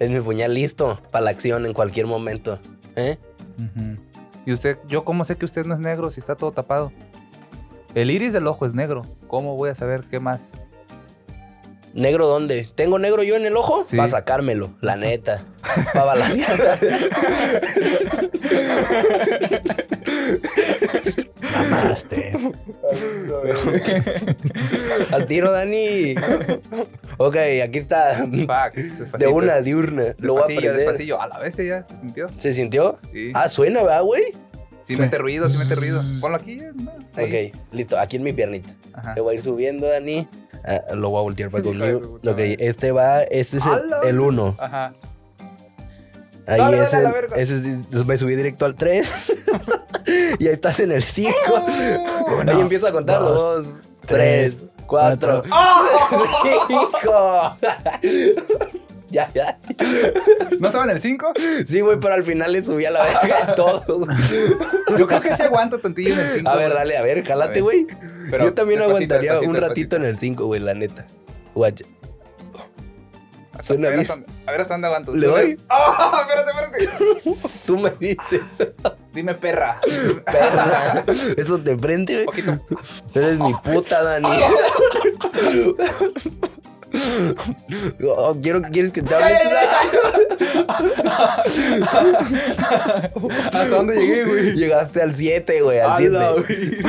Speaker 2: Es mi puñal listo para la acción en cualquier momento. ¿Eh?
Speaker 3: Ujú. Y usted, yo cómo sé que usted no es negro si está todo tapado. El iris del ojo es negro. ¿Cómo voy a saber qué más?
Speaker 2: ¿Negro dónde? ¿Tengo negro yo en el ojo?
Speaker 3: Sí.
Speaker 2: Para sacármelo, la neta. Para balancear.
Speaker 4: Mamaste.
Speaker 2: Al tiro, Dani. Ok, aquí está.
Speaker 3: Fuck,
Speaker 2: De
Speaker 3: despacito,
Speaker 2: una diurna. Lo voy a
Speaker 3: despacillo,
Speaker 2: aprender.
Speaker 3: despacillo. A la vez ya se sintió.
Speaker 2: ¿Se sintió?
Speaker 3: Sí.
Speaker 2: Ah, suena, ¿verdad, güey?
Speaker 3: Sí mete ruido, sí mete ruido. Ponlo aquí. eh, ahí.
Speaker 2: Ok, listo. Aquí en mi piernita.
Speaker 3: Ajá.
Speaker 2: Le voy a ir subiendo, Dani. Ah, lo voy a voltear para
Speaker 3: Sí, Ah. hijo de
Speaker 2: conmigo.
Speaker 3: puta
Speaker 2: Ok,
Speaker 3: madre.
Speaker 2: este va. Este es
Speaker 3: ¡Ala!
Speaker 2: el 1.
Speaker 3: Ajá.
Speaker 2: Ahí
Speaker 3: Dale, dale,
Speaker 2: es
Speaker 3: a
Speaker 2: el.
Speaker 3: la verga.
Speaker 2: ese es- me subí directo al 3. y ahí estás en el 5.
Speaker 4: Uno,
Speaker 2: ahí empiezo a contar.
Speaker 4: dos,
Speaker 2: 2, 3, 4,
Speaker 3: ¡Ah!
Speaker 2: 5. Ya, ya.
Speaker 3: ¿No estaba en el 5?
Speaker 2: Sí, güey, pero al final le subí a la verga todo. güey.
Speaker 3: Yo creo que sí aguanto tantillo en el 5.
Speaker 2: A ver, dale, a ver,
Speaker 3: A
Speaker 2: jálate,
Speaker 3: ver.
Speaker 2: güey.
Speaker 3: Pero
Speaker 2: Yo también
Speaker 3: despacito,
Speaker 2: aguantaría
Speaker 3: despacito,
Speaker 2: un ratito
Speaker 3: despacito.
Speaker 2: en el 5, güey, la neta. Guacha. Suena
Speaker 3: a, ver
Speaker 2: bien.
Speaker 3: hasta, a ver hasta dónde aguanto.
Speaker 2: ¿Le doy?
Speaker 3: ¡Ah! Espérate, espérate.
Speaker 2: Tú me dices,
Speaker 3: Dime perra.
Speaker 2: perra. Eso te prende, güey.
Speaker 3: Poquito.
Speaker 2: Eres mi puta, Dani. Oh, quiero, ¿Quieres que te hable?
Speaker 3: ¿Hasta dónde llegué, güey?
Speaker 2: Llegaste al 7, güey, al
Speaker 3: Ala,
Speaker 2: 7.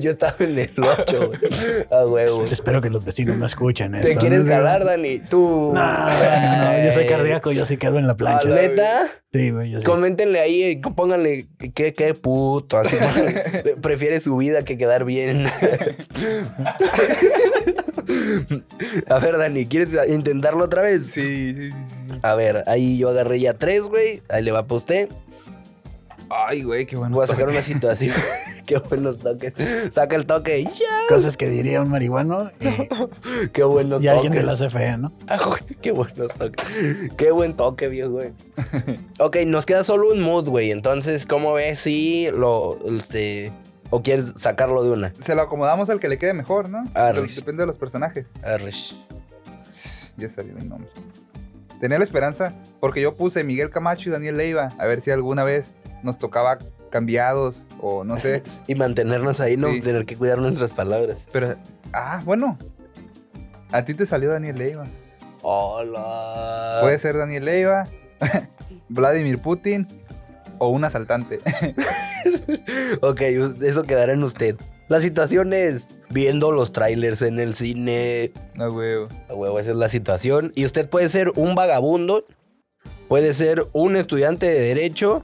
Speaker 2: Yo estaba en el 8, güey. A huevo.
Speaker 4: Espero que los vecinos no escuchen esto.
Speaker 2: ¿Te quieres jalar, Dani? Tú.
Speaker 4: No, no, no, yo soy cardíaco, yo sí quedo en la plancha.
Speaker 3: Ale-
Speaker 2: ¿Neta?
Speaker 4: Sí, güey, yo sí.
Speaker 2: Coméntenle ahí, eh, pónganle qué, qué puto. Así, le- prefiere su vida que quedar bien. A ver, Dani, ¿quieres intentarlo otra vez?
Speaker 3: Sí, sí, sí, sí.
Speaker 2: A ver, ahí yo agarré ya tres, güey. Ahí le va a poste.
Speaker 3: Ay, güey, qué bueno.
Speaker 2: Voy a sacar
Speaker 3: estoy.
Speaker 2: una situación. qué buenos toques. Saca el toque. ¡Ya!
Speaker 4: Cosas que diría un marihuano y,
Speaker 2: Qué buenos
Speaker 4: y alguien de
Speaker 2: toques.
Speaker 4: la CFE, ¿no?
Speaker 2: Ah, güey, qué buenos toques. Qué buen toque, viejo, güey. Ok, nos queda solo un mood, güey. Entonces, ¿cómo ves si lo. Este, o quieres sacarlo de una? Ah,
Speaker 3: Se lo acomodamos al que le quede mejor, ¿no?
Speaker 2: Arre.
Speaker 3: Dep- Depende de los personajes.
Speaker 2: Arresh.
Speaker 3: Ya salió mi nombre. Tenía la esperanza porque yo puse Miguel Camacho y Daniel Leiva. A ver si alguna vez nos tocaba cambiados o no sé.
Speaker 2: Y mantenernos ahí, no
Speaker 3: Sí.
Speaker 2: tener que cuidar nuestras palabras.
Speaker 3: Pero, ah, bueno. A ti te salió Daniel Leiva.
Speaker 2: Hola.
Speaker 4: Pues-
Speaker 3: Puede ser Daniel Leiva, Vladimir Putin o un asaltante.
Speaker 2: Ok, us- eso quedará en usted. La situación es viendo los trailers en el cine.
Speaker 3: no, huevo.
Speaker 2: A huevo, esa es la situación. Y usted puede ser un vagabundo, puede ser un estudiante de derecho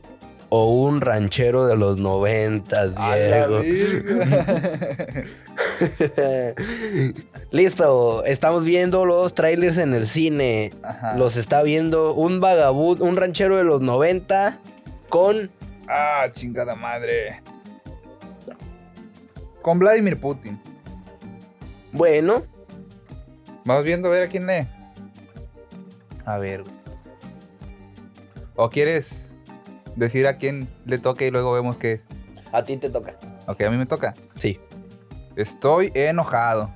Speaker 2: o un ranchero de los noventas,
Speaker 3: A la
Speaker 2: viejo.
Speaker 3: verga.
Speaker 2: Listo, estamos viendo los trailers en el cine.
Speaker 3: Ajá.
Speaker 2: Los está viendo un vagabundo, un ranchero de los 90 con...
Speaker 3: Ah, chingada madre. Con Vladimir Putin.
Speaker 2: Bueno,
Speaker 3: Vamos viendo a ver a quién lee. A ver. güey. ¿O quieres decir a quién le toque y luego vemos qué es?
Speaker 2: a ti te toca.
Speaker 3: Ok, a mí me toca.
Speaker 2: Sí.
Speaker 3: Estoy enojado.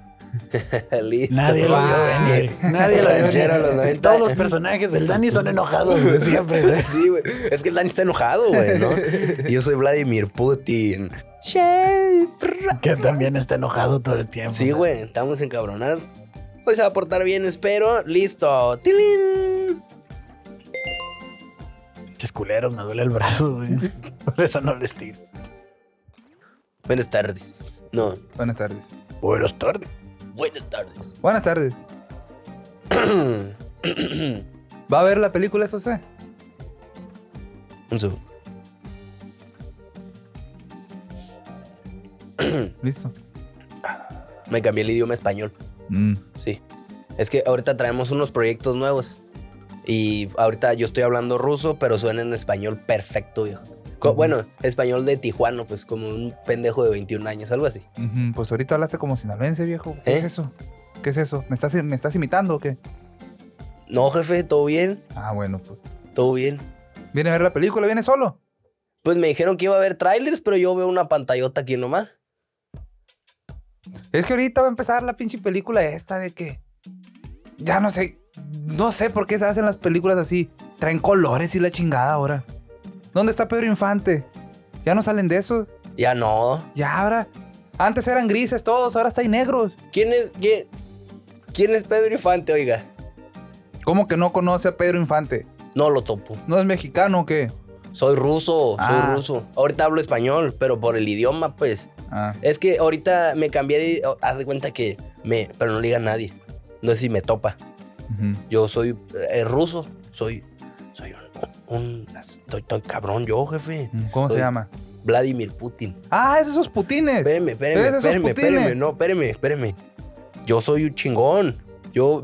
Speaker 2: Listo.
Speaker 4: Nadie lo vio venir. Nadie lo vio
Speaker 2: Ranchero de los
Speaker 4: venir.
Speaker 2: 90.
Speaker 4: Todos los personajes del Dani son enojados, güey, siempre, güey.
Speaker 2: Sí, güey. Es que el Dani está enojado, güey, ¿no? Yo soy Vladimir Putin. Che, prr.
Speaker 4: Que también está enojado todo el tiempo.
Speaker 2: Sí, güey, estamos encabronados. Hoy se va a portar bien, espero. Listo. ¡Tilín!
Speaker 4: Pinches culeros, me duele el brazo, güey. Por eso no les tiro.
Speaker 2: Buenas tardes. No,
Speaker 3: Buenas tardes.
Speaker 4: Buenas tardes.
Speaker 2: buenas tardes.
Speaker 3: Buenas tardes. ¿Va a ver la película eso sé?
Speaker 2: Un segundo.
Speaker 3: Listo.
Speaker 2: Me cambié el idioma a español.
Speaker 3: Mm.
Speaker 2: Sí. Es que ahorita traemos unos proyectos nuevos. Y ahorita yo estoy hablando ruso, pero suena en español perfecto, viejo. Co-
Speaker 3: Ujú.
Speaker 2: Bueno, español de Tijuana, pues como un pendejo de 21 años, algo así.
Speaker 3: Ujú, Pues ahorita hablaste como sinaloense, viejo. ¿Qué
Speaker 2: ¿Eh?
Speaker 3: es eso? ¿Qué es eso? ¿Me estás, ¿Me estás imitando o qué?
Speaker 2: No, jefe, todo bien,
Speaker 3: Ah, bueno, pues.
Speaker 2: todo bien.
Speaker 3: ¿Viene a ver la película? ¿Viene solo?
Speaker 2: Pues me dijeron que iba a haber trailers, pero yo veo una pantallota aquí nomás.
Speaker 3: Es que ahorita va a empezar la pinche película esta de que. Ya no sé. No sé por qué se hacen las películas así. Traen colores y la chingada ahora. ¿Dónde está Pedro Infante? Ya no salen de eso.
Speaker 2: Ya no.
Speaker 3: Ya ahora. Antes eran grises todos, ahora está hay negros.
Speaker 2: ¿Quién es, quién, quién es Pedro Infante, oiga?
Speaker 3: ¿Cómo que no conoce a Pedro Infante?
Speaker 2: No lo topo.
Speaker 3: ¿No es mexicano o qué?
Speaker 2: Soy ruso,
Speaker 3: Ah.
Speaker 2: soy ruso. Ahorita hablo español, pero por el idioma, pues.
Speaker 3: Ah.
Speaker 2: Es que ahorita me cambié de... oh, Haz de cuenta que me... Pero no le diga a nadie. No sé si me topa.
Speaker 3: ujú.
Speaker 2: Yo soy eh, ruso. Soy... Soy un... un- estoy, estoy cabrón yo, jefe.
Speaker 3: ¿Cómo
Speaker 2: Soy
Speaker 3: se llama?
Speaker 2: Vladimir Putin.
Speaker 3: Ah, esos son putines.
Speaker 2: Espérame, espérame,
Speaker 3: esos
Speaker 2: espérame,
Speaker 3: putines.
Speaker 2: espérame. No, espérame, espérame. Yo soy un chingón. Yo...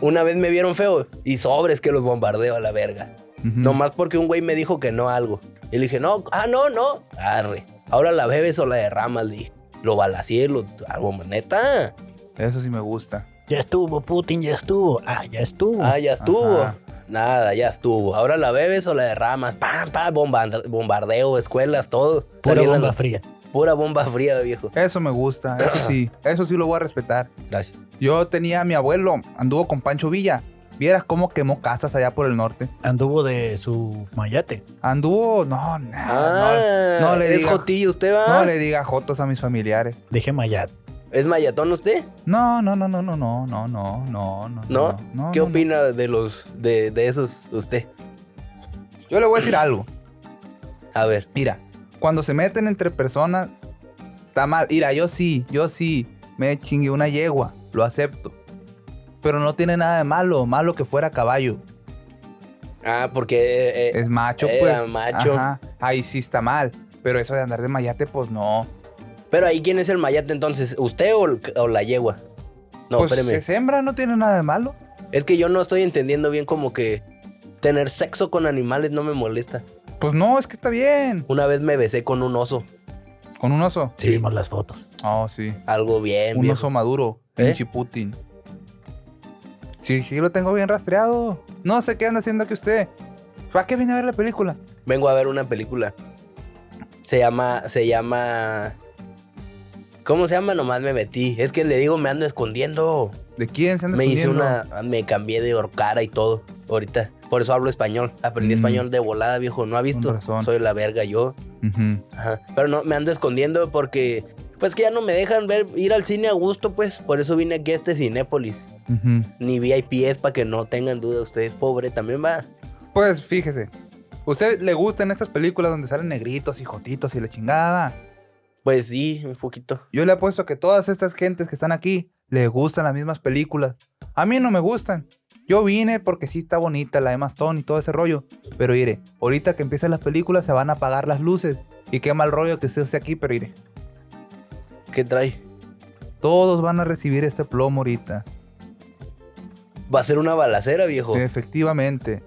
Speaker 2: Una vez me vieron feo y sobres que los bombardeo a la verga.
Speaker 3: Ujú.
Speaker 2: Nomás porque un güey me dijo que no a algo. Y le dije, no, ah, no, no. Arre. Ahora la bebes o la derramas, le dije. Lo balacié, lo... Algo, neta.
Speaker 3: Eso sí me gusta.
Speaker 4: Ya estuvo, Putin, ya estuvo. Ah, ya estuvo.
Speaker 2: Ah, ya estuvo.
Speaker 3: Ajá.
Speaker 2: Nada, ya estuvo. Ahora la bebes o la derramas. Pam, pam, bomba- bombardeo, escuelas, todo.
Speaker 4: Pura
Speaker 2: Salieron
Speaker 4: bomba
Speaker 2: las-
Speaker 4: fría.
Speaker 2: pura bomba fría, viejo.
Speaker 3: Eso me gusta, eso sí, eso sí lo voy a respetar.
Speaker 2: Gracias.
Speaker 3: Yo tenía a mi abuelo, anduvo con Pancho Villa. Vieras cómo quemó casas allá por el norte.
Speaker 4: Anduvo de su mayate.
Speaker 3: Anduvo, no, no,
Speaker 2: Ah,
Speaker 3: no, no le
Speaker 2: es
Speaker 3: diga,
Speaker 2: jotillo usted, va.
Speaker 3: no le diga jotos a mis familiares.
Speaker 4: Dejé mayate.
Speaker 2: ¿Es mayatón usted?
Speaker 3: No, no, no, no, no, no, no, no, no, no.
Speaker 2: ¿No?
Speaker 3: no,
Speaker 2: ¿Qué
Speaker 3: no,
Speaker 2: opina de los de, de esos usted?
Speaker 3: no. Yo le voy a decir algo.
Speaker 2: A ver.
Speaker 3: Mira, cuando se meten entre personas, está mal. Mira, yo sí, yo sí, me chingué una yegua, lo acepto. Pero no tiene nada de malo, malo que fuera caballo.
Speaker 2: Ah, porque eh, eh,
Speaker 3: Es macho, pues.
Speaker 2: era macho.
Speaker 3: Ajá, Ahí sí está mal. Pero eso de andar de mayate, pues no.
Speaker 2: Pero ahí, ¿quién es el mayate entonces? ¿Usted o, el- o la yegua? No,
Speaker 3: pues
Speaker 2: espéreme.
Speaker 3: se sembra, no tiene nada de malo.
Speaker 2: Es que yo no estoy entendiendo bien como que tener sexo con animales no me molesta.
Speaker 3: Pues no, es que está bien.
Speaker 2: Una vez me besé con un oso.
Speaker 3: Con un oso.
Speaker 4: Sí,
Speaker 2: Sí.
Speaker 4: vimos las fotos.
Speaker 3: Oh, sí.
Speaker 2: Algo bien,
Speaker 3: Un
Speaker 2: viejo.
Speaker 3: oso maduro.
Speaker 2: ¿Eh?
Speaker 3: Pinche Putin. Sí, sí, lo tengo bien rastreado. No sé qué anda haciendo aquí usted. ¿Para qué viene a ver la película?
Speaker 2: Vengo a ver una película. Se llama, se llama... ¿Cómo se llama? Nomás me metí. Es que le digo, me ando escondiendo.
Speaker 3: ¿De quién se anda
Speaker 2: Me hice
Speaker 3: escondiendo?
Speaker 2: una... Me cambié de cara y todo. Ahorita. Por eso hablo español. Aprendí
Speaker 3: Mm.
Speaker 2: español de volada, viejo. ¿No ha visto?
Speaker 3: razón.
Speaker 2: Soy la verga yo.
Speaker 3: Ujú.
Speaker 2: Ajá. Pero no, me ando escondiendo porque... Pues que ya no me dejan ver, ir al cine a gusto, pues. Por eso vine aquí a este Cinépolis.
Speaker 3: Ujú.
Speaker 2: Ni VIP es para que no tengan duda ustedes, pobre, también va.
Speaker 3: Pues fíjese. ¿Usted le gustan estas películas donde salen negritos y jotitos y la chingada?
Speaker 2: Pues sí, un poquito.
Speaker 3: Yo le apuesto que todas estas gentes que están aquí les gustan las mismas películas. A mí no me gustan. Yo vine porque sí está bonita la Emma Stone y todo ese rollo. Pero iré, ahorita que empiecen las películas se van a apagar las luces. Y qué mal rollo que usted esté aquí, pero iré.
Speaker 2: ¿Qué trae?
Speaker 3: Todos van a recibir este plomo ahorita.
Speaker 2: Va a ser una balacera, viejo.
Speaker 3: Efectivamente.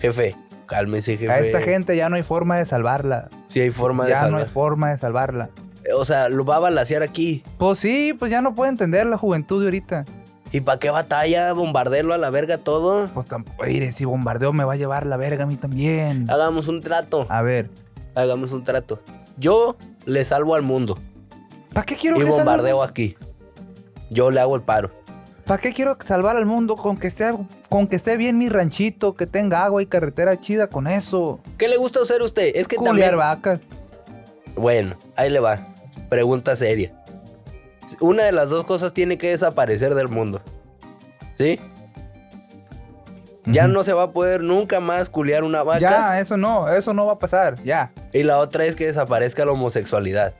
Speaker 2: Jefe, cálmese, jefe.
Speaker 3: A esta gente ya no hay forma de salvarla.
Speaker 2: Sí hay forma de
Speaker 3: ya no
Speaker 2: salvar.
Speaker 3: hay forma de salvarla.
Speaker 2: O sea, lo va a balacear aquí.
Speaker 3: Pues sí, pues ya no puede entender la juventud de ahorita.
Speaker 2: ¿Y para qué batalla? ¿Bombardearlo a la verga todo?
Speaker 3: Pues tampoco, iré, si bombardeo me va a llevar la verga a mí también.
Speaker 2: Hagamos un trato.
Speaker 3: A ver,
Speaker 2: Hagamos un trato. Yo le salvo al mundo
Speaker 3: ¿para qué quiero
Speaker 2: y
Speaker 3: que salga-
Speaker 2: bombardeo aquí. Yo le hago el paro.
Speaker 3: ¿Para qué quiero salvar al mundo con que esté con que esté bien mi ranchito, que tenga agua y carretera chida con eso?
Speaker 2: ¿Qué le gusta hacer a usted? Es que
Speaker 3: Culear
Speaker 2: también...
Speaker 3: vacas.
Speaker 2: Bueno, ahí le va. Pregunta seria. Una de las dos cosas tiene que desaparecer del mundo. ¿Sí? Ya
Speaker 3: Ujú.
Speaker 2: no se va a poder nunca más culiar una vaca.
Speaker 3: Ya, eso no, eso no va a pasar, ya.
Speaker 2: Y la otra es que desaparezca la homosexualidad.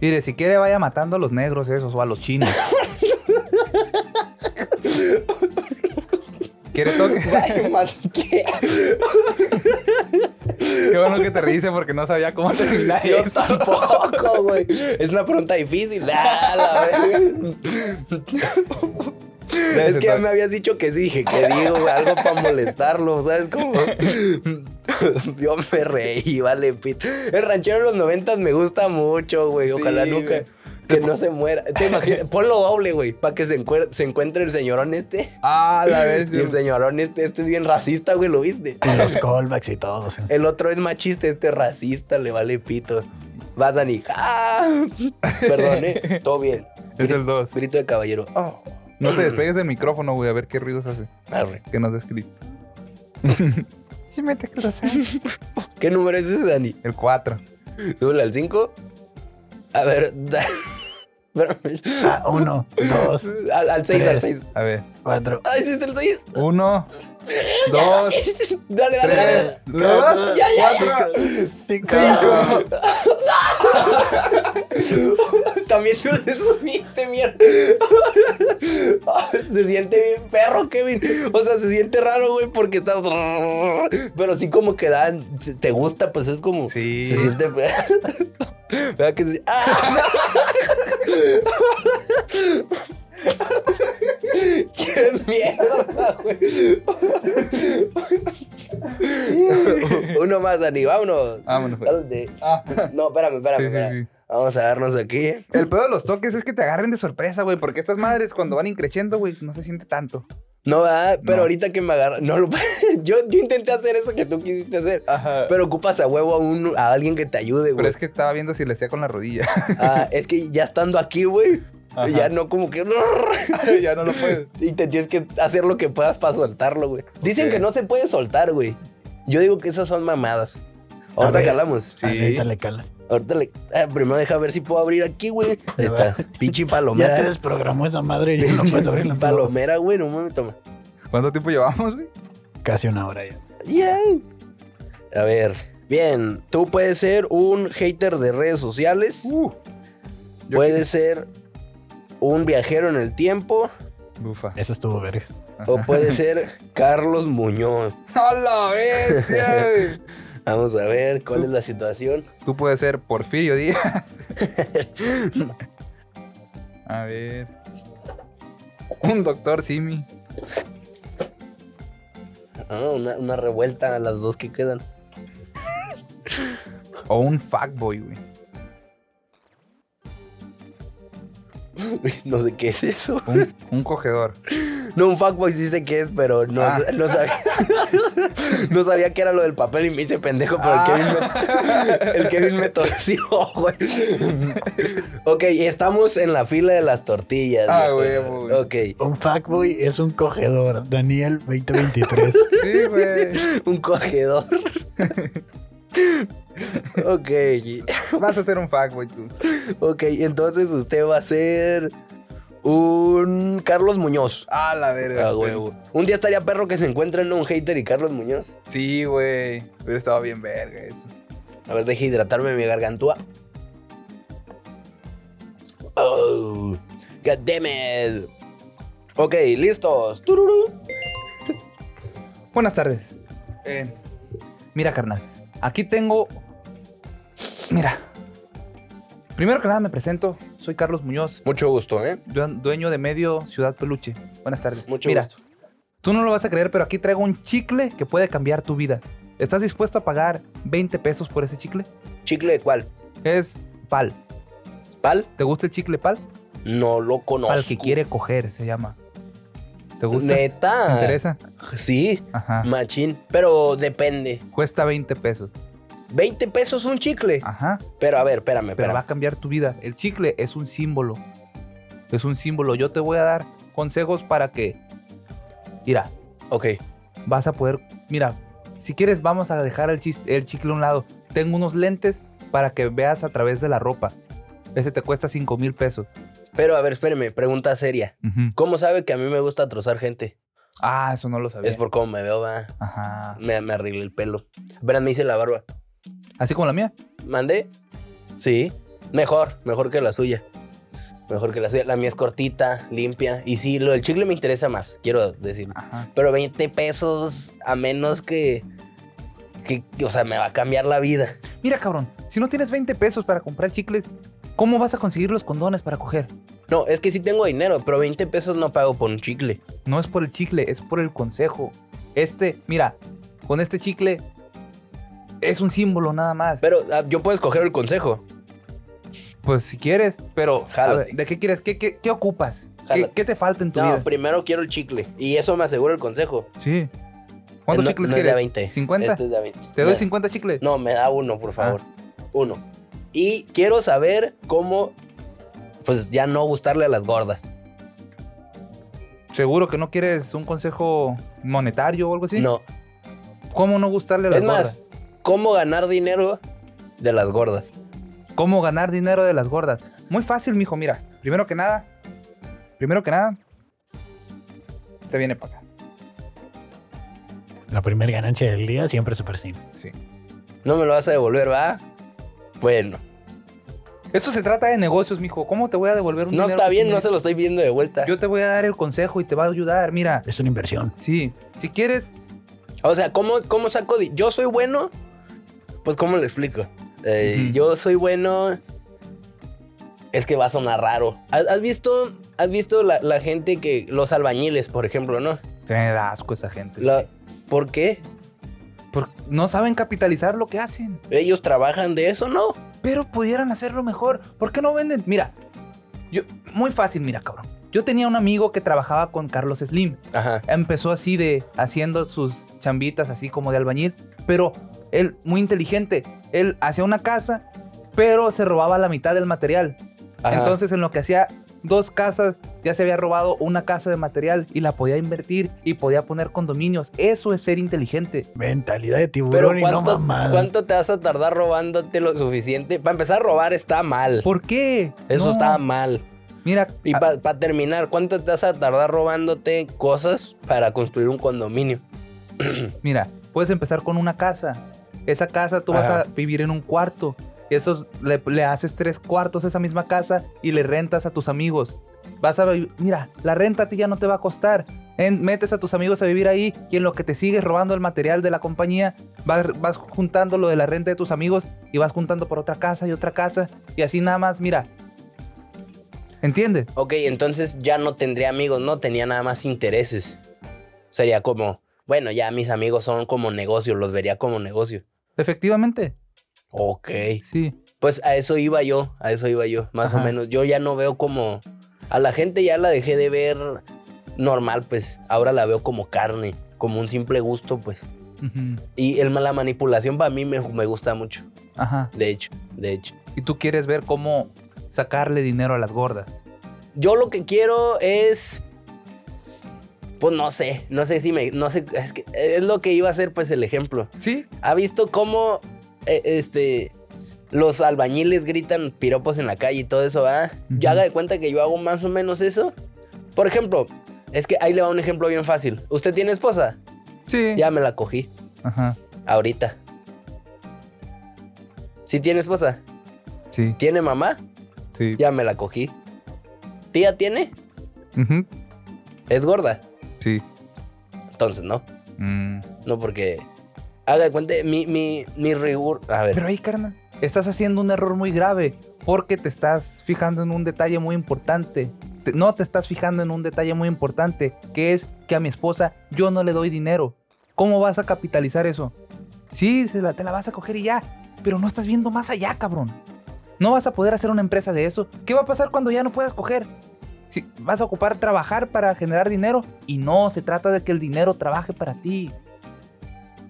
Speaker 3: Mire, si quiere vaya matando a los negros esos o a los chinos. ¿Quiere toque? Qué bueno que te ríes porque no sabía cómo terminar
Speaker 2: Yo
Speaker 3: eso.
Speaker 2: tampoco, güey. Es una pregunta difícil. Ah, la verga. es
Speaker 3: Ese
Speaker 2: que
Speaker 3: toque.
Speaker 2: me habías dicho que sí, dije que digo güey, algo para molestarlo, ¿sabes cómo? Yo me reí, vale, pit. El ranchero de los noventas me gusta mucho, güey. Ojalá
Speaker 3: Sí,
Speaker 2: nunca.
Speaker 3: güey.
Speaker 2: Que no se muera. ¿Te imaginas? Ponlo doble, güey, para que se, encuer- se encuentre el señorón este.
Speaker 3: Ah, la vez.
Speaker 2: Y el señorón este, este es bien racista, güey, ¿lo viste?
Speaker 4: Y los callbacks y todo. o sea.
Speaker 2: El otro es machista, este es racista, le vale pito. Va Dani. ¡Ah! Perdón, ¿eh? Todo bien.
Speaker 3: Es el 2.
Speaker 2: Grito de caballero. Oh,
Speaker 3: No te despegues del micrófono, güey, a ver qué ruidos hace.
Speaker 2: arre.
Speaker 3: Que nos describe. Sí, mete cruzar.
Speaker 2: ¿Qué número es ese, Dani?
Speaker 3: El 4.
Speaker 2: Súbele al 5. A ver. da- espérame.
Speaker 4: Ah, uno, dos,
Speaker 2: Al- Al 6, al
Speaker 4: Tres.
Speaker 2: 6.
Speaker 3: A ver.
Speaker 4: cuatro.
Speaker 2: ¡Ah, ese es el 6!
Speaker 3: 1, 2,
Speaker 2: Dale, dale, dale.
Speaker 3: 3, 2,
Speaker 2: Ya, ya, ya.
Speaker 3: 4,
Speaker 4: Cinco.
Speaker 3: 5.
Speaker 2: También tú le subiste, mierda. se siente bien perro, Kevin. O sea, se siente raro, güey, porque estás. Pero sí, como que dan. si Te gusta, pues es como.
Speaker 3: Sí.
Speaker 2: Se siente. ¿Verdad que sí? ¡Ah! ¡Qué mierda, güey! Uno más, Dani, vámonos.
Speaker 3: Vámonos, güey.
Speaker 2: Dale.
Speaker 3: Ah.
Speaker 2: No, espérame, espérame.
Speaker 3: Sí, sí,
Speaker 2: espérame.
Speaker 3: sí.
Speaker 2: Vamos a darnos aquí.
Speaker 3: El pedo de los toques es que te agarren de sorpresa, güey. Porque estas madres cuando van increciendo, güey, no se siente tanto.
Speaker 2: No, ¿verdad? pero
Speaker 3: No.
Speaker 2: ahorita que me agarra. No lo- yo, yo intenté hacer eso que tú quisiste hacer.
Speaker 3: Ajá. Pero,
Speaker 2: Pero ocupas a huevo a, un, a alguien que te ayude, güey.
Speaker 3: es que estaba viendo si le hacía con la rodilla.
Speaker 2: Ah, es que ya estando aquí, güey.
Speaker 3: Ajá.
Speaker 2: Ya no como que.
Speaker 3: ya no lo puedes.
Speaker 2: Y te tienes que hacer lo que puedas para soltarlo, güey. Dicen
Speaker 3: Ok.
Speaker 2: que no se puede soltar, güey. Yo digo que esas son mamadas. Ahorita
Speaker 4: ver.
Speaker 2: calamos.
Speaker 3: Sí.
Speaker 4: Ahorita Ah, le calas.
Speaker 2: Ahorita le. ah, primero deja ver si puedo abrir aquí, güey. Ahí
Speaker 4: va.
Speaker 2: Está. Pinche
Speaker 4: Ya te
Speaker 2: palomera.
Speaker 4: desprogramó esa madre y ya no puedes abrirla.
Speaker 2: palomera, güey. No mames, toma.
Speaker 3: ¿Cuánto tiempo llevamos, güey?
Speaker 4: Casi una hora ya.
Speaker 2: Yeah. A ver. Bien, tú puedes ser un hater de redes sociales.
Speaker 3: Uh, yo
Speaker 2: puedes ser un viajero en el tiempo.
Speaker 3: Bufa.
Speaker 4: Eso estuvo verga.
Speaker 2: O puedes ser Carlos Muñoz.
Speaker 3: ¡Hola, bestia, güey!
Speaker 2: Vamos a ver cuál es la situación.
Speaker 3: Tú puedes ser Porfirio Díaz. A ver. Un doctor Simi.
Speaker 2: Ah, una, una revuelta a las dos que quedan.
Speaker 3: O un fuckboy, güey.
Speaker 2: No sé qué es eso.
Speaker 3: Un, un cogedor.
Speaker 2: No, un fuckboy sí sé qué es, pero no,
Speaker 3: Ah.
Speaker 2: no sabía. no sabía que era lo del papel y me hice pendejo, pero
Speaker 3: Ah.
Speaker 2: el, Kevin me, el Kevin me torció, güey. ok, estamos en la fila de las tortillas.
Speaker 3: Ah,
Speaker 2: güey.
Speaker 3: huevo, güey.
Speaker 2: Ok,
Speaker 4: Un fuckboy es un cogedor. Daniel 2023.
Speaker 3: Sí, güey.
Speaker 2: un cogedor. ok,
Speaker 3: Vas a ser un fuckboy tú.
Speaker 2: ok, entonces usted va a ser un Carlos Muñoz.
Speaker 3: Ah, la verga.
Speaker 2: Ah, huevo. Un día estaría perro que se encuentren un hater y Carlos Muñoz.
Speaker 3: Sí, güey. Hubiera estado bien verga eso.
Speaker 2: A ver, deje hidratarme mi gargantúa. Oh, God damn it. Ok, listos. Tururú.
Speaker 3: Buenas tardes. Eh, mira, carnal. Aquí tengo. Mira. Primero que nada me presento. Soy Carlos Muñoz,
Speaker 2: Mucho gusto, ¿eh?
Speaker 3: due- dueño de medio Ciudad Peluche. Buenas tardes.
Speaker 2: Mucho
Speaker 3: mira,
Speaker 2: gusto.
Speaker 3: tú no lo vas a creer, pero aquí traigo un chicle que puede cambiar tu vida. ¿Estás dispuesto a pagar 20 pesos por ese chicle?
Speaker 2: ¿Chicle de cuál?
Speaker 3: Es pal.
Speaker 2: ¿Pal?
Speaker 3: ¿Te gusta el chicle pal?
Speaker 2: No lo conozco.
Speaker 3: Pal que quiere coger, se llama. ¿Te gusta? ¿Te
Speaker 2: Neta.
Speaker 3: interesa? Ah.
Speaker 2: Sí,
Speaker 3: Ajá.
Speaker 2: machín. Pero depende.
Speaker 3: Cuesta 20 pesos.
Speaker 2: 20 pesos un chicle.
Speaker 3: Ajá.
Speaker 2: Pero a ver, espérame,
Speaker 3: Ah. pero va
Speaker 2: espérame.
Speaker 3: a cambiar tu vida. El chicle es un símbolo. Es un símbolo. Yo te voy a dar consejos para que. Mira,
Speaker 2: Ok.
Speaker 3: vas a poder. Mira, si quieres, vamos a dejar el, chis- el chicle a un lado. Tengo unos lentes para que veas a través de la ropa. Ese te cuesta 5 mil pesos.
Speaker 2: Pero a ver, espérame, pregunta seria.
Speaker 3: Ujú.
Speaker 2: ¿Cómo sabe que a mí me gusta trozar gente?
Speaker 3: Ah, eso no lo sabía.
Speaker 2: Es por cómo me veo, va.
Speaker 3: Ajá.
Speaker 2: Me, me arreglé el pelo. Verán, me hice la barba.
Speaker 3: Así como la mía.
Speaker 2: ¿Mandé? Sí. Mejor, mejor que la suya. Mejor que la suya. La mía es cortita, limpia. Y sí, lo del chicle me interesa más, quiero decirlo.
Speaker 3: Ajá.
Speaker 2: Pero 20 pesos a menos que, que... que, O sea, me va a cambiar la vida.
Speaker 3: Mira, cabrón, si no tienes 20 pesos para comprar chicles, ¿cómo vas a conseguir los condones para coger?
Speaker 2: No, es que sí tengo dinero, pero 20 pesos no pago por un chicle.
Speaker 3: No es por el chicle, es por el consejo. Este, mira, con este chicle es un símbolo nada más.
Speaker 2: Pero ah, yo puedo escoger el consejo.
Speaker 3: Pues si quieres, pero
Speaker 2: Jálate.
Speaker 3: a ver, ¿de qué quieres? ¿Qué, qué, qué ocupas? ¿Qué,
Speaker 2: Jálate.
Speaker 3: qué te falta en tu
Speaker 2: No, pues,
Speaker 3: vida?
Speaker 2: primero quiero el chicle. Y eso me asegura el consejo. Eh,
Speaker 3: Sí. ¿Cuántos
Speaker 2: No-
Speaker 3: chicles
Speaker 2: no es de
Speaker 3: quieres?
Speaker 2: 20.
Speaker 3: ¿50?
Speaker 2: Este es de 20.
Speaker 3: ¿Te doy
Speaker 2: Me-
Speaker 3: 50 chicles?
Speaker 2: No, me da uno,
Speaker 3: Ah.
Speaker 2: por favor. Uno. Y quiero saber cómo, pues ya no gustarle a las gordas.
Speaker 3: ¿Seguro que no quieres un consejo monetario o algo así?
Speaker 2: No.
Speaker 3: ¿Cómo no gustarle a las
Speaker 2: es más,
Speaker 3: gordas?
Speaker 2: cómo ganar dinero de las gordas.
Speaker 3: ¿Cómo ganar dinero de las gordas? Muy fácil, mijo, mira. Primero que nada, primero que nada, se viene para acá.
Speaker 4: La primera ganancia del día siempre es Super Sim.
Speaker 3: Sí.
Speaker 2: No me lo vas a devolver, ¿va? Bueno,
Speaker 3: Esto se trata de negocios, mijo. ¿Cómo te voy a devolver un
Speaker 2: no
Speaker 3: dinero
Speaker 2: está
Speaker 3: que
Speaker 2: bien, no
Speaker 3: tienes?
Speaker 2: se lo estoy viendo de vuelta.
Speaker 3: Yo te voy a dar el consejo y te va a ayudar. Mira,
Speaker 4: Es una inversión.
Speaker 3: sí, si quieres,
Speaker 2: O sea, ¿cómo, cómo saco? di- Yo soy bueno. Pues, ¿cómo le explico? Eh,
Speaker 3: Ujú.
Speaker 2: Yo soy bueno. Es que va a sonar raro. ¿Has, has visto, has visto la, la gente que. Los albañiles, por ejemplo, ¿no?
Speaker 3: te da asco esa gente.
Speaker 2: La- ¿Por qué?
Speaker 3: Porque no saben capitalizar lo que hacen,
Speaker 2: Ellos trabajan de eso, ¿no?
Speaker 3: pero pudieran hacerlo mejor. ¿Por qué no venden? Mira, yo, muy fácil, mira, cabrón. Yo tenía un amigo que trabajaba con Carlos Slim.
Speaker 2: Ajá.
Speaker 3: Empezó así de haciendo sus chambitas así como de albañil, pero él muy inteligente, él hacía una casa, pero se robaba la mitad del material.
Speaker 2: ajá.
Speaker 3: Entonces en lo que hacía dos casas ya se había robado una casa de material y la podía invertir y podía poner condominios. Eso es ser inteligente.
Speaker 4: Mentalidad de
Speaker 2: Pero
Speaker 4: tiburón y no
Speaker 2: ¿cuánto,
Speaker 4: mamada.
Speaker 2: ¿cuánto te vas a tardar robándote lo suficiente? Para empezar a robar está mal.
Speaker 3: ¿Por qué?
Speaker 2: Eso
Speaker 3: No,
Speaker 2: está mal.
Speaker 3: Mira,
Speaker 2: Y
Speaker 3: a-
Speaker 2: para terminar, ¿cuánto te vas a tardar robándote cosas para construir un condominio?
Speaker 3: mira, puedes empezar con una casa. Esa casa tú
Speaker 2: Ajá.
Speaker 3: vas a vivir en un cuarto. Y esos le, le haces tres cuartos a esa misma casa y le rentas a tus amigos. Vas a vivir, mira, la renta a ti ya no te va a costar. En- metes a tus amigos a vivir ahí y en lo que te sigues robando el material de la compañía, vas, vas juntando lo de la renta de tus amigos y vas juntando por otra casa y otra casa y así nada más, mira. ¿Entiendes?
Speaker 2: Ok, entonces ya no tendría amigos, no tenía nada más intereses. Sería como, bueno, ya mis amigos son como negocio, los vería como negocio.
Speaker 3: Efectivamente,
Speaker 2: Ok.
Speaker 3: sí.
Speaker 2: Pues a eso iba yo, a eso iba yo, más o
Speaker 3: Ajá.
Speaker 2: menos. Yo ya no veo como... A la gente ya la dejé de ver normal, pues. Ahora la veo como carne, como un simple gusto, pues.
Speaker 3: Ujú.
Speaker 2: Y el, la manipulación para mí me, me gusta mucho,
Speaker 3: Ajá.
Speaker 2: de hecho, de hecho.
Speaker 3: y tú quieres ver cómo sacarle dinero a las gordas.
Speaker 2: Yo lo que quiero es. Pues no sé, no sé si me. No sé, es, que es lo que iba a ser, pues el ejemplo.
Speaker 3: Sí.
Speaker 2: ¿Ha visto cómo eh, este. Los albañiles gritan piropos en la calle y todo eso, ¿verdad? Yo
Speaker 3: Ujú.
Speaker 2: haga de cuenta que yo hago más o menos eso. Por ejemplo, es que ahí le va un ejemplo bien fácil. ¿Usted tiene esposa?
Speaker 3: Sí.
Speaker 2: Ya me la cogí,
Speaker 3: Ajá.
Speaker 2: ahorita. ¿Sí tiene esposa?
Speaker 3: Sí.
Speaker 2: ¿Tiene mamá?
Speaker 3: Sí.
Speaker 2: Ya me la cogí. ¿Tía tiene?
Speaker 3: Ujú.
Speaker 2: ¿Es gorda?
Speaker 3: Sí.
Speaker 2: Entonces, ¿no?
Speaker 3: Mm.
Speaker 2: No, porque. Haga de cuenta, mi, mi, mi rigor. A ver.
Speaker 3: Pero ahí, carnal, estás haciendo un error muy grave porque te estás fijando en un detalle muy importante. Te- no te estás fijando en un detalle muy importante, que es que a mi esposa yo no le doy dinero. ¿Cómo vas a capitalizar eso? Sí, se la- te la vas a coger y ya, pero no estás viendo más allá, cabrón. No vas a poder hacer una empresa de eso. ¿Qué va a pasar cuando ya no puedas coger? Si vas a ocupar trabajar para generar dinero y no se trata de que el dinero trabaje para ti.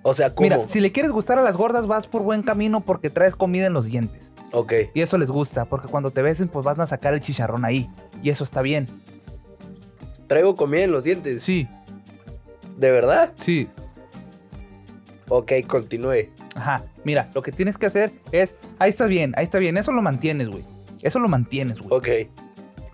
Speaker 2: o sea, ¿cómo?
Speaker 3: Mira, si le quieres gustar a las gordas, vas por buen camino porque traes comida en los dientes.
Speaker 2: Ok.
Speaker 3: Y eso les gusta, porque cuando te besen, pues van a sacar el chicharrón ahí. Y eso está bien.
Speaker 2: Traigo comida en los dientes.
Speaker 3: Sí,
Speaker 2: ¿De verdad?
Speaker 3: sí.
Speaker 2: Ok, continúe.
Speaker 3: Ajá. Mira, lo que tienes que hacer es. Ahí está bien, ahí está bien. Eso lo mantienes, güey. Eso lo mantienes, güey.
Speaker 2: Ok.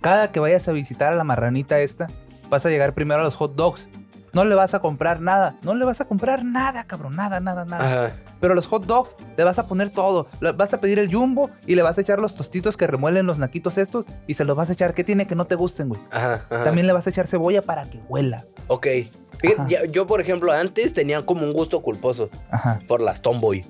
Speaker 3: Cada que vayas a visitar a la marranita esta, vas a llegar primero a los hot dogs. No le vas a comprar nada. No le vas a comprar nada, cabrón. Nada, nada, nada.
Speaker 2: Ajá.
Speaker 3: Pero los hot dogs le vas a poner todo. Le Vas a pedir el jumbo y le vas a echar los tostitos que remuelen los naquitos estos y se los vas a echar. ¿Qué tiene que no te gusten, güey?
Speaker 2: Ajá. ajá.
Speaker 3: También le vas a echar cebolla para que huela.
Speaker 2: Ok. Fíjate,
Speaker 3: Ajá.
Speaker 2: ya- yo, por ejemplo, antes tenía como un gusto culposo
Speaker 3: Ajá.
Speaker 2: por las Tomboy.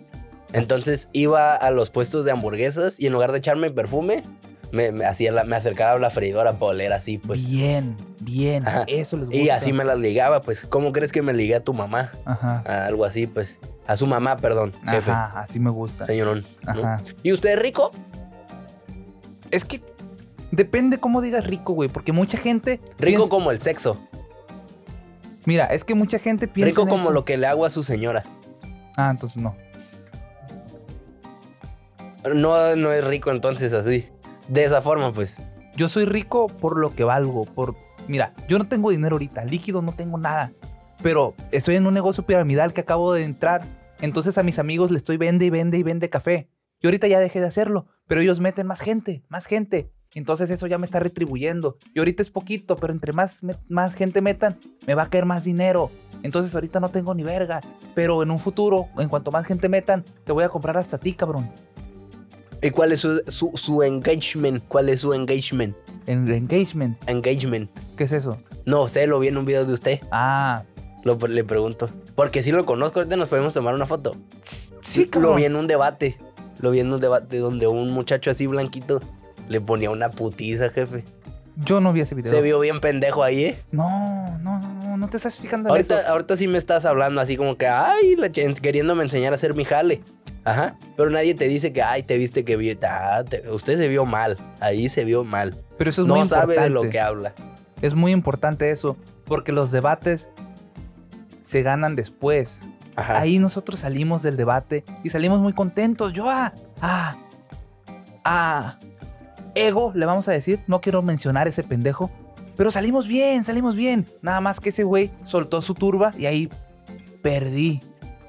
Speaker 2: Entonces iba a los puestos de hamburguesas y en lugar de echarme perfume, me, me hacía la- me acercaba a la freidora para oler así, pues.
Speaker 3: bien, bien.
Speaker 2: Ajá.
Speaker 3: Eso les gusta.
Speaker 2: Y así me las ligaba, pues. ¿Cómo crees que me ligué a tu mamá?
Speaker 3: Ajá.
Speaker 2: A algo así, pues. A su mamá, perdón, jefe.
Speaker 3: Ajá, así me gusta.
Speaker 2: Señorón. ¿no?
Speaker 3: Ajá.
Speaker 2: ¿Y usted es rico?
Speaker 3: Es que depende cómo digas rico, güey, porque mucha gente.
Speaker 2: Rico
Speaker 3: piensa-
Speaker 2: como el sexo.
Speaker 3: Mira, es que mucha gente piensa.
Speaker 2: Rico
Speaker 3: en
Speaker 2: como
Speaker 3: eso.
Speaker 2: lo que le hago a su señora.
Speaker 3: Ah, entonces no.
Speaker 2: No, no es rico entonces así. De esa forma, pues.
Speaker 3: Yo soy rico por lo que valgo, por... Mira, yo no tengo dinero ahorita, líquido, no tengo nada. Pero estoy en un negocio piramidal que acabo de entrar. Entonces a mis amigos le estoy vende y vende y vende café. Yo ahorita ya dejé de hacerlo, pero ellos meten más gente, más gente. Entonces eso ya me está retribuyendo. Y ahorita es poquito, pero entre más, me- más gente metan, me va a caer más dinero. Entonces ahorita no tengo ni verga. Pero en un futuro, en cuanto más gente metan, te voy a comprar hasta a ti, cabrón.
Speaker 2: ¿Y cuál es su, su, su engagement? ¿Cuál es su engagement?
Speaker 3: En el engagement.
Speaker 2: Engagement.
Speaker 3: ¿Qué es eso?
Speaker 2: No sé, lo vi en un video de usted.
Speaker 3: Ah,
Speaker 2: Lo, le pregunto. Porque si lo conozco, ahorita nos podemos tomar una foto.
Speaker 3: sí, cabrón.
Speaker 2: Lo vi en un debate. Lo vi en un debate donde un muchacho así blanquito le ponía una putiza, jefe.
Speaker 3: Yo no vi ese video.
Speaker 2: Se vio bien pendejo ahí, ¿eh?
Speaker 3: No, no, no, no, no te estás fijando en
Speaker 2: Ahorita,
Speaker 3: eso.
Speaker 2: ahorita sí me estás hablando así como que, ay, la ch- queriéndome enseñar a hacer mi jale. Ajá. Pero nadie te dice que, ay, te viste que vi. ah, te- usted se vio mal. Ahí se vio mal.
Speaker 3: Pero eso es
Speaker 2: no
Speaker 3: muy
Speaker 2: sabe
Speaker 3: importante.
Speaker 2: de lo que habla.
Speaker 3: Es muy importante eso, porque los debates se ganan después.
Speaker 2: Ajá.
Speaker 3: Ahí nosotros salimos del debate y salimos muy contentos. Yo ah, ah, ah, ego, le vamos a decir. No quiero mencionar ese pendejo. Pero salimos bien, salimos bien. Nada más que ese güey soltó su turba y ahí perdí.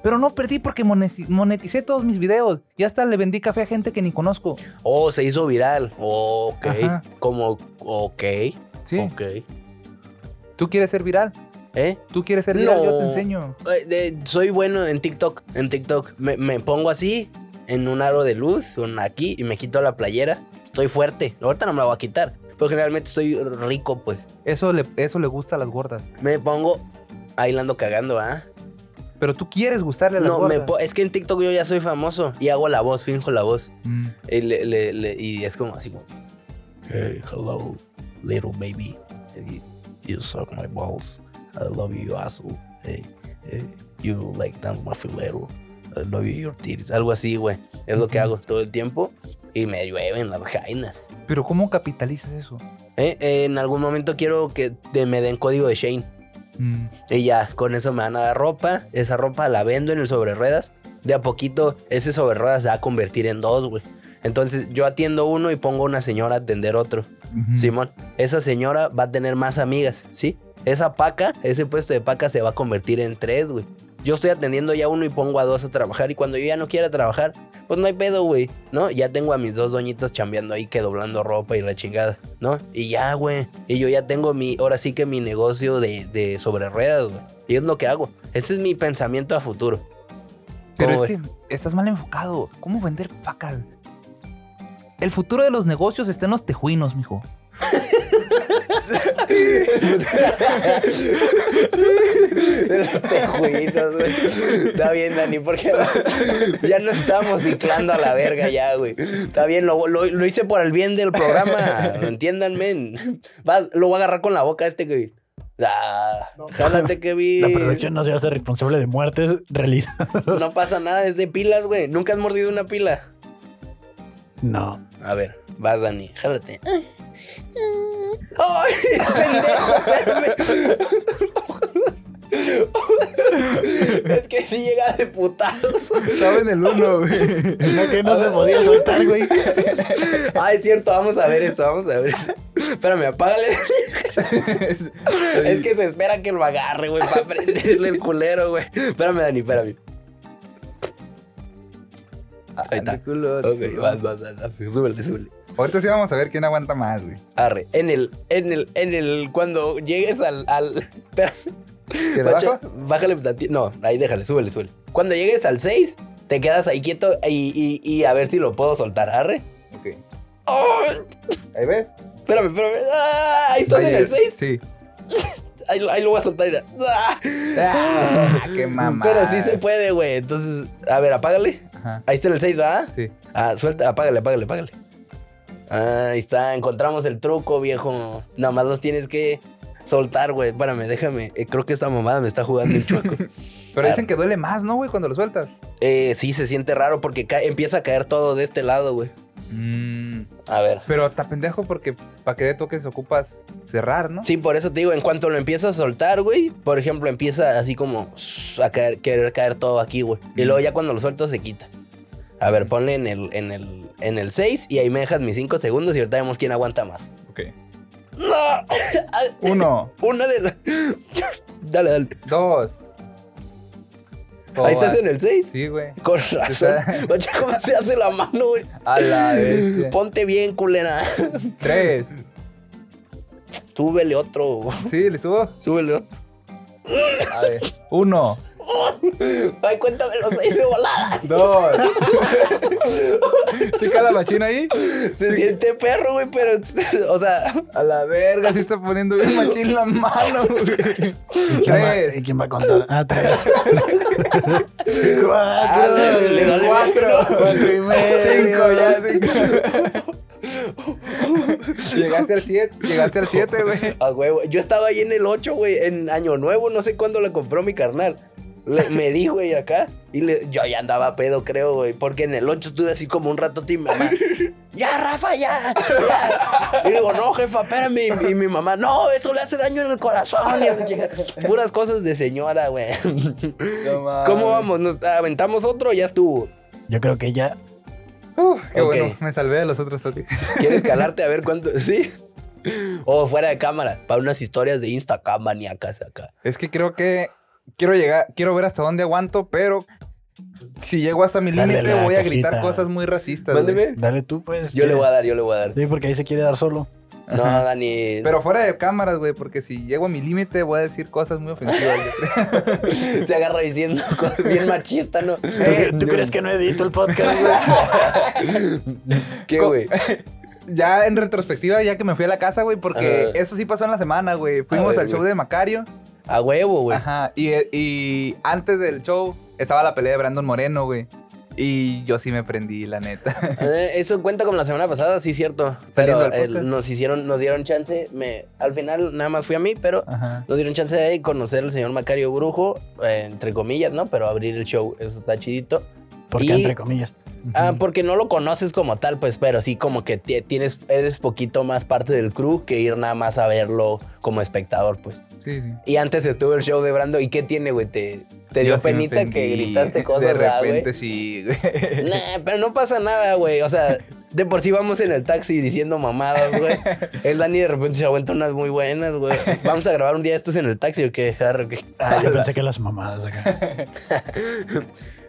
Speaker 3: Pero no perdí porque moneti- moneticé todos mis videos. Y hasta le vendí café a gente que ni conozco.
Speaker 2: Oh, se hizo viral. Oh, ok.
Speaker 3: Ajá.
Speaker 2: Como, ok.
Speaker 3: Sí.
Speaker 2: Ok.
Speaker 3: ¿Tú quieres ser viral?
Speaker 2: ¿Eh?
Speaker 3: ¿Tú quieres ser viral? Yo te
Speaker 2: No.
Speaker 3: enseño.
Speaker 2: Eh, eh, soy bueno en TikTok. En TikTok me, me pongo así, en un aro de luz, un aquí, y me quito la playera. Estoy fuerte. Ahorita no me la voy a quitar. Pero generalmente estoy rico, pues.
Speaker 3: Eso le, eso le gusta a las gordas.
Speaker 2: Me pongo bailando cagando, ¿ah?
Speaker 3: Pero tú quieres gustarle a las
Speaker 2: No, me
Speaker 3: gordas.
Speaker 2: po- es que en TikTok yo ya soy famoso y hago la voz, finjo la voz.
Speaker 3: Mm.
Speaker 2: Y, le- le- le- y es como así, como que, Hey, hello, little baby. Hey, You suck my balls. I love you, asshole. Hey, hey, you like that muffilero. I love you, your titties. Algo así, güey. Es lo que hago todo el tiempo y me llueven las jainas.
Speaker 3: Pero ¿cómo capitalizas eso?
Speaker 2: Eh, eh, en algún momento quiero que te- me den código de Shane.
Speaker 3: Mm.
Speaker 2: Y ya, con eso me van a dar ropa. Esa ropa la vendo en el sobre ruedas. De a poquito, ese sobre ruedas se va a convertir en dos, güey. Entonces, yo atiendo uno y pongo a una señora a atender otro.
Speaker 3: Ujú.
Speaker 2: Simón, esa señora va a tener más amigas, ¿sí? Esa paca, ese puesto de paca se va a convertir en tres, güey. Yo estoy atendiendo ya uno y pongo a dos a trabajar. Y cuando yo ya no quiera trabajar, pues no hay pedo, güey, ¿no? Ya tengo a mis dos doñitas chambeando ahí que doblando ropa y la chingada, ¿no? Y ya, güey. Y yo ya tengo mi, ahora sí que mi negocio de, de sobre ruedas, güey. Y es lo que hago. Ese es mi pensamiento a futuro.
Speaker 3: Pero
Speaker 2: ¿Cómo
Speaker 3: es que estás mal enfocado. ¿Cómo vender vacas? El futuro de los negocios está en los tejuinos, mijo.
Speaker 2: De los tejuinos, güey. Está bien, Dani, porque ya no estamos ciclando a la verga ya, güey. Está bien, lo, lo- lo hice por el bien del programa, entiéndanme. Vas- lo voy a agarrar con la boca este Kevin. Ah, jálate,
Speaker 4: La
Speaker 2: Kevin.
Speaker 4: producción no se hace responsable de muertes realizadas.
Speaker 2: No pasa nada, es de pilas, güey. Nunca has mordido una pila.
Speaker 4: No.
Speaker 2: A ver, vas, Dani, jálate. ¡Ay, pendejo! espérame. Es que si llega de putados.
Speaker 3: Saben el uno, güey.
Speaker 4: Es lo que no se podía soltar, güey.
Speaker 2: Ah, es cierto, vamos a ver eso, vamos a ver. Espérame, apágale. es que se espera que lo agarre, güey, para prenderle el culero, güey. Espérame, Dani, espérame. Ahí está. Ok, vas, vas, vas, vas. Súbele, súbele.
Speaker 3: Ahorita sí vamos a ver quién aguanta más, güey.
Speaker 2: Arre, en el, en el, en el, cuando llegues al, al, espérame.
Speaker 3: ¿Te
Speaker 2: Pacha, Bájale tantito. No, ahí déjale, súbele, súbele. Cuando llegues al 6, te quedas ahí quieto y, y, y a ver si lo puedo soltar, arre.
Speaker 3: Ok.
Speaker 2: ¡Ay!
Speaker 3: ¿Ahí ves?
Speaker 2: Espérame, espérame. ¡Ah! Ahí estás en el 6.
Speaker 3: Sí.
Speaker 2: Ahí, lo- ahí lo voy a soltar. mira. ¡Ah!
Speaker 3: Ah, qué mamá.
Speaker 2: Pero sí se puede, güey. Entonces, a ver, apágale.
Speaker 3: Ajá.
Speaker 2: Ahí está en el 6, ¿va?
Speaker 3: Sí.
Speaker 2: Ah, suelta, apágale, apágale, apágale. Ah, ahí está, encontramos el truco, viejo. Nada más los tienes que soltar, güey. Espérame, déjame. Eh, creo que esta mamada me está jugando un chueco.
Speaker 3: Pero dicen que duele más, ¿no, güey? Cuando lo sueltas.
Speaker 2: eh, sí, se siente raro porque ca- empieza a caer todo de este lado, güey.
Speaker 3: Mm.
Speaker 2: A ver.
Speaker 3: Pero está pendejo porque para que de toques ocupas cerrar, ¿no?
Speaker 2: Sí, por eso te digo, en cuanto lo empiezo a soltar, güey, por ejemplo, empieza así como shh, a caer, querer caer todo aquí, güey. Y luego ya cuando lo suelto se quita. A ver, ponle en el, en el, en el 6 y ahí me dejas mis 5 segundos y ahorita vemos quién aguanta más.
Speaker 3: Ok.
Speaker 2: ¡No!
Speaker 3: Uno,
Speaker 2: Una de las. dale, dale.
Speaker 3: dos.
Speaker 2: ahí estás en el 6.
Speaker 3: Sí, güey.
Speaker 2: Con razón.
Speaker 3: Está-
Speaker 2: Guacha, ¿cómo se hace la mano, güey?
Speaker 3: A la bestia.
Speaker 2: Ponte bien, culera.
Speaker 3: Tres.
Speaker 2: Súbele otro. güey.
Speaker 3: Sí, le subo.
Speaker 2: Súbele otro.
Speaker 3: A ver. Uno,
Speaker 2: Ay, cuéntame los seis de volada.
Speaker 3: dos. ¿Sí cala machina ahí?
Speaker 2: Se siente perro, güey, pero. O sea.
Speaker 3: A la verga, se está poniendo bien machín la mano, güey.
Speaker 4: ¿Quién va,
Speaker 3: Tres.
Speaker 4: y quién va a contar? Ah, tres.
Speaker 2: Ah, le- le-
Speaker 4: Cuatro.
Speaker 2: le-
Speaker 3: Cuatro.
Speaker 4: Cuatro y medio.
Speaker 3: Cinco, ya cinco. llegaste al siete, llegaste al siete, güey.
Speaker 2: A huevo. Yo estaba ahí en el 8, güey, en Año Nuevo, no sé cuándo la compró mi carnal. Le- me di, güey, acá. Y le- yo ya andaba a pedo, creo, güey. Porque en el 8 estuve así como un rato y mi mamá. ¡Ya, Rafa, ya! ya". Y le digo, no, jefa, espérame. Y, y mi mamá, no, eso le hace daño en el corazón. Y la chica- Puras cosas de señora, güey.
Speaker 3: No mames.
Speaker 2: ¿Cómo vamos? ¿Nos aventamos otro? Ya estuvo.
Speaker 4: Yo creo que ya.
Speaker 3: Uf, qué
Speaker 2: Ok.
Speaker 3: bueno, me salvé de los otros. ok.
Speaker 2: ¿Quieres calarte a ver cuánto? Sí. O fuera de cámara, para unas historias de Insta acá, maníacas acá.
Speaker 3: Es que creo que quiero llegar, quiero ver hasta dónde aguanto, pero si llego hasta mi
Speaker 4: Dale
Speaker 3: límite
Speaker 4: la
Speaker 3: voy a gritar
Speaker 4: cajita.
Speaker 3: cosas muy racistas. güey.
Speaker 2: Mándeme.
Speaker 4: Dale tú, pues.
Speaker 2: Yo le voy a dar, yo le voy a dar.
Speaker 4: Sí, porque ahí se quiere dar solo.
Speaker 2: No, Dani.
Speaker 3: Pero fuera de cámaras, güey, porque si llego a mi límite voy a decir cosas muy ofensivas. yo creo.
Speaker 2: Se agarra diciendo cosas bien machista,
Speaker 3: Eh,
Speaker 2: ¿no?
Speaker 4: ¿Tú, tú crees que no edito el podcast, güey?
Speaker 2: ¿Qué, güey?
Speaker 3: ya en retrospectiva, ya que me fui a la casa, güey, porque
Speaker 2: Ajá.
Speaker 3: eso sí pasó en la semana, güey. Fuimos
Speaker 2: ver,
Speaker 3: al show
Speaker 2: güey.
Speaker 3: de Macario.
Speaker 2: A huevo, güey.
Speaker 3: Ajá. Y, y antes del show estaba la pelea de Brandon Moreno, güey. Y yo sí me prendí, la neta.
Speaker 2: Eh, Eso cuenta como la semana pasada, sí, cierto.
Speaker 3: Saliendo
Speaker 2: Pero
Speaker 3: del
Speaker 2: eh,
Speaker 3: podcast.
Speaker 2: nos hicieron, nos dieron chance. Me, al final nada más fui a mí, pero
Speaker 3: Ajá.
Speaker 2: nos dieron chance de conocer al señor Macario Brujo, eh, entre comillas, ¿no? Pero abrir el show, eso está chidito.
Speaker 4: Porque
Speaker 2: Y-
Speaker 4: entre comillas.
Speaker 2: Ah, porque no lo conoces como tal, pues, pero sí como que ti- tienes, eres poquito más parte del crew que ir nada más a verlo como espectador, pues.
Speaker 3: Sí, sí.
Speaker 2: Y antes estuvo el show de Brando. ¿Y qué tiene, güey? ¿Te, te
Speaker 3: Yo
Speaker 2: dio
Speaker 3: sí me
Speaker 2: penita que
Speaker 3: prendí.
Speaker 2: gritaste cosas,
Speaker 3: De
Speaker 2: ¿verdad, güey?
Speaker 3: repente sí, güey.
Speaker 2: Nah, pero no pasa nada, güey. O sea, de por sí vamos en el taxi diciendo mamadas, güey. El Dani de repente se aguanta unas muy buenas, güey. Vamos a grabar un día de estos en el taxi o qué, Arre, qué?
Speaker 4: Ah, yo pensé que las mamadas acá.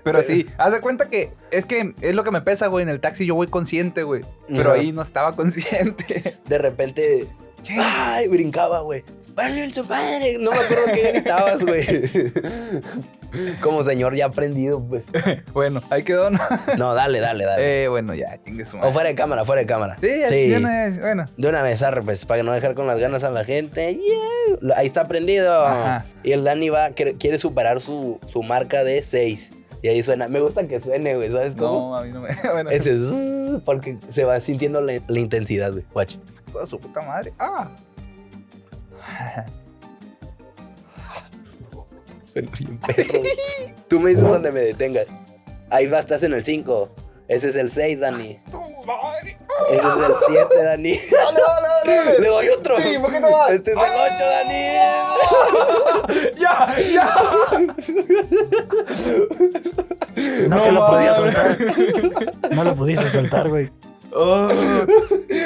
Speaker 3: Pero sí, haz de cuenta que es que es lo que me pesa, güey. En el taxi yo voy consciente, güey. Pero
Speaker 2: Ajá.
Speaker 3: ahí no estaba consciente.
Speaker 2: De repente, ay, brincaba, güey. Vale en su madre. No me acuerdo qué gritabas, güey. Como señor ya aprendido, pues.
Speaker 3: bueno, ahí quedó, ¿no?
Speaker 2: No, dale, dale, dale.
Speaker 3: Eh, bueno, ya, chingue su madre.
Speaker 2: O fuera de cámara, fuera de cámara.
Speaker 3: Sí, sí. bueno.
Speaker 2: De una vez, arre, pues, para no dejar con las ganas a la gente. Yeah. Lo- Ahí está aprendido.
Speaker 3: Ajá.
Speaker 2: Y el Dani va, quiere, quiere superar su, su marca de 6. Y ahí suena. Me gusta que suene, güey, ¿sabes cómo?
Speaker 3: No, a mí no me. Bueno,
Speaker 2: Ese zzzz, porque se va sintiendo la, la intensidad, güey. Watch.
Speaker 3: Toda su puta madre. Ah.
Speaker 2: Suena bien perro. Tú me dices donde me detengas. Ahí va, estás en el 5. Ese es el 6, Dani. Ese es el 7, Dani.
Speaker 3: Ah, ¡Dale, dale, dale!
Speaker 2: Le doy otro.
Speaker 3: Sí, un poquito más. ¡Oh!
Speaker 2: Este es el 8,
Speaker 3: ¡Ah!
Speaker 2: Dani.
Speaker 3: ¡Ya! ¡Ya!
Speaker 4: No,
Speaker 3: No
Speaker 4: que lo podía
Speaker 3: mames.
Speaker 4: soltar. No lo pudiste soltar, güey.
Speaker 3: Oh,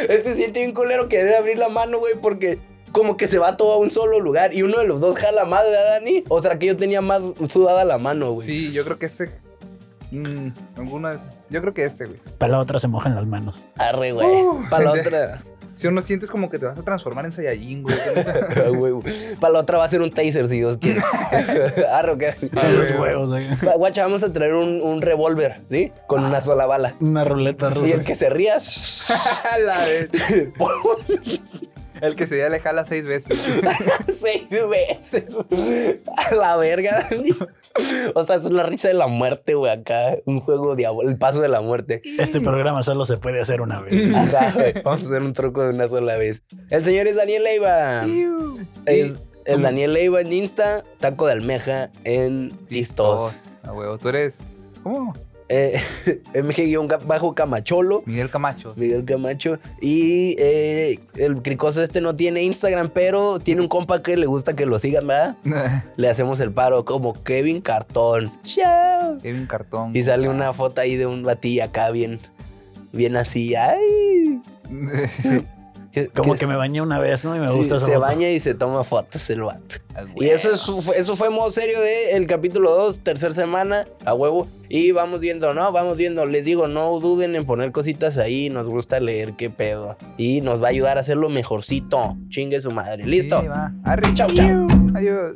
Speaker 2: Este siente bien culero querer abrir la mano, güey, porque como que se va todo a un solo lugar y uno de los dos jala más, ¿verdad, Dani? O sea, que yo tenía más sudada la mano, güey.
Speaker 3: sí, yo creo que este. mm, algunas. Yo creo que este, güey.
Speaker 4: Para la otra se mojan las manos.
Speaker 2: Arre, güey.
Speaker 3: Uh,
Speaker 2: Para la
Speaker 3: gente.
Speaker 2: otra.
Speaker 3: Si uno sientes como que te vas a transformar en Saiyajin, güey.
Speaker 2: Ah, Para la otra va a ser un taser, si Dios quiere. Arre, ok.
Speaker 4: Los huevos, acá.
Speaker 2: Pa- Guacha, vamos a traer un, un revólver, ¿sí? Con una sola bala.
Speaker 4: Una ruleta rusa.
Speaker 2: Y el que se ría.
Speaker 3: A la vez. El que se ya le jala seis veces.
Speaker 2: seis veces. A la verga, Dani. O sea, es la risa de la muerte, güey, acá. Un juego diabólico. El paso de la muerte.
Speaker 4: Este programa solo se puede hacer una vez.
Speaker 2: Ajá, güey. Vamos a hacer un truco de una sola vez. El señor es Daniel Leiva. Es el Daniel Leiva en Insta, taco de almeja en
Speaker 3: Tistos.
Speaker 2: Tistos.
Speaker 3: Ah, A huevo, tú eres. ¿Cómo?
Speaker 2: eh, MG-Bajo Camacholo.
Speaker 3: Miguel Camacho.
Speaker 2: Miguel Camacho. Y eh, el cricoso este no tiene Instagram, pero tiene un compa que le gusta que lo sigan, ¿verdad? Le hacemos el paro como Kevin Cartón. Chao.
Speaker 3: Kevin Cartón. Ah.
Speaker 2: Y sale una foto ahí de un batilla acá bien, bien así. ¡Ay! Que-
Speaker 4: Como que me bañé una vez, ¿no? Y me
Speaker 2: sí,
Speaker 4: gusta esa
Speaker 2: se
Speaker 4: foto.
Speaker 2: baña y se toma fotos el vato.
Speaker 3: Al
Speaker 2: Y eso, es, su- fue- eso fue modo serio de el capítulo 2, tercera semana, a huevo. Y vamos viendo, ¿no? Vamos viendo. Les digo, no duden en poner cositas ahí. Nos gusta leer qué pedo. Y nos va a ayudar a hacerlo mejorcito. Chingue su madre.
Speaker 3: güey.
Speaker 2: ¿Listo?
Speaker 3: Sí, va. Arre.
Speaker 2: Chau, chau.
Speaker 3: Adiós.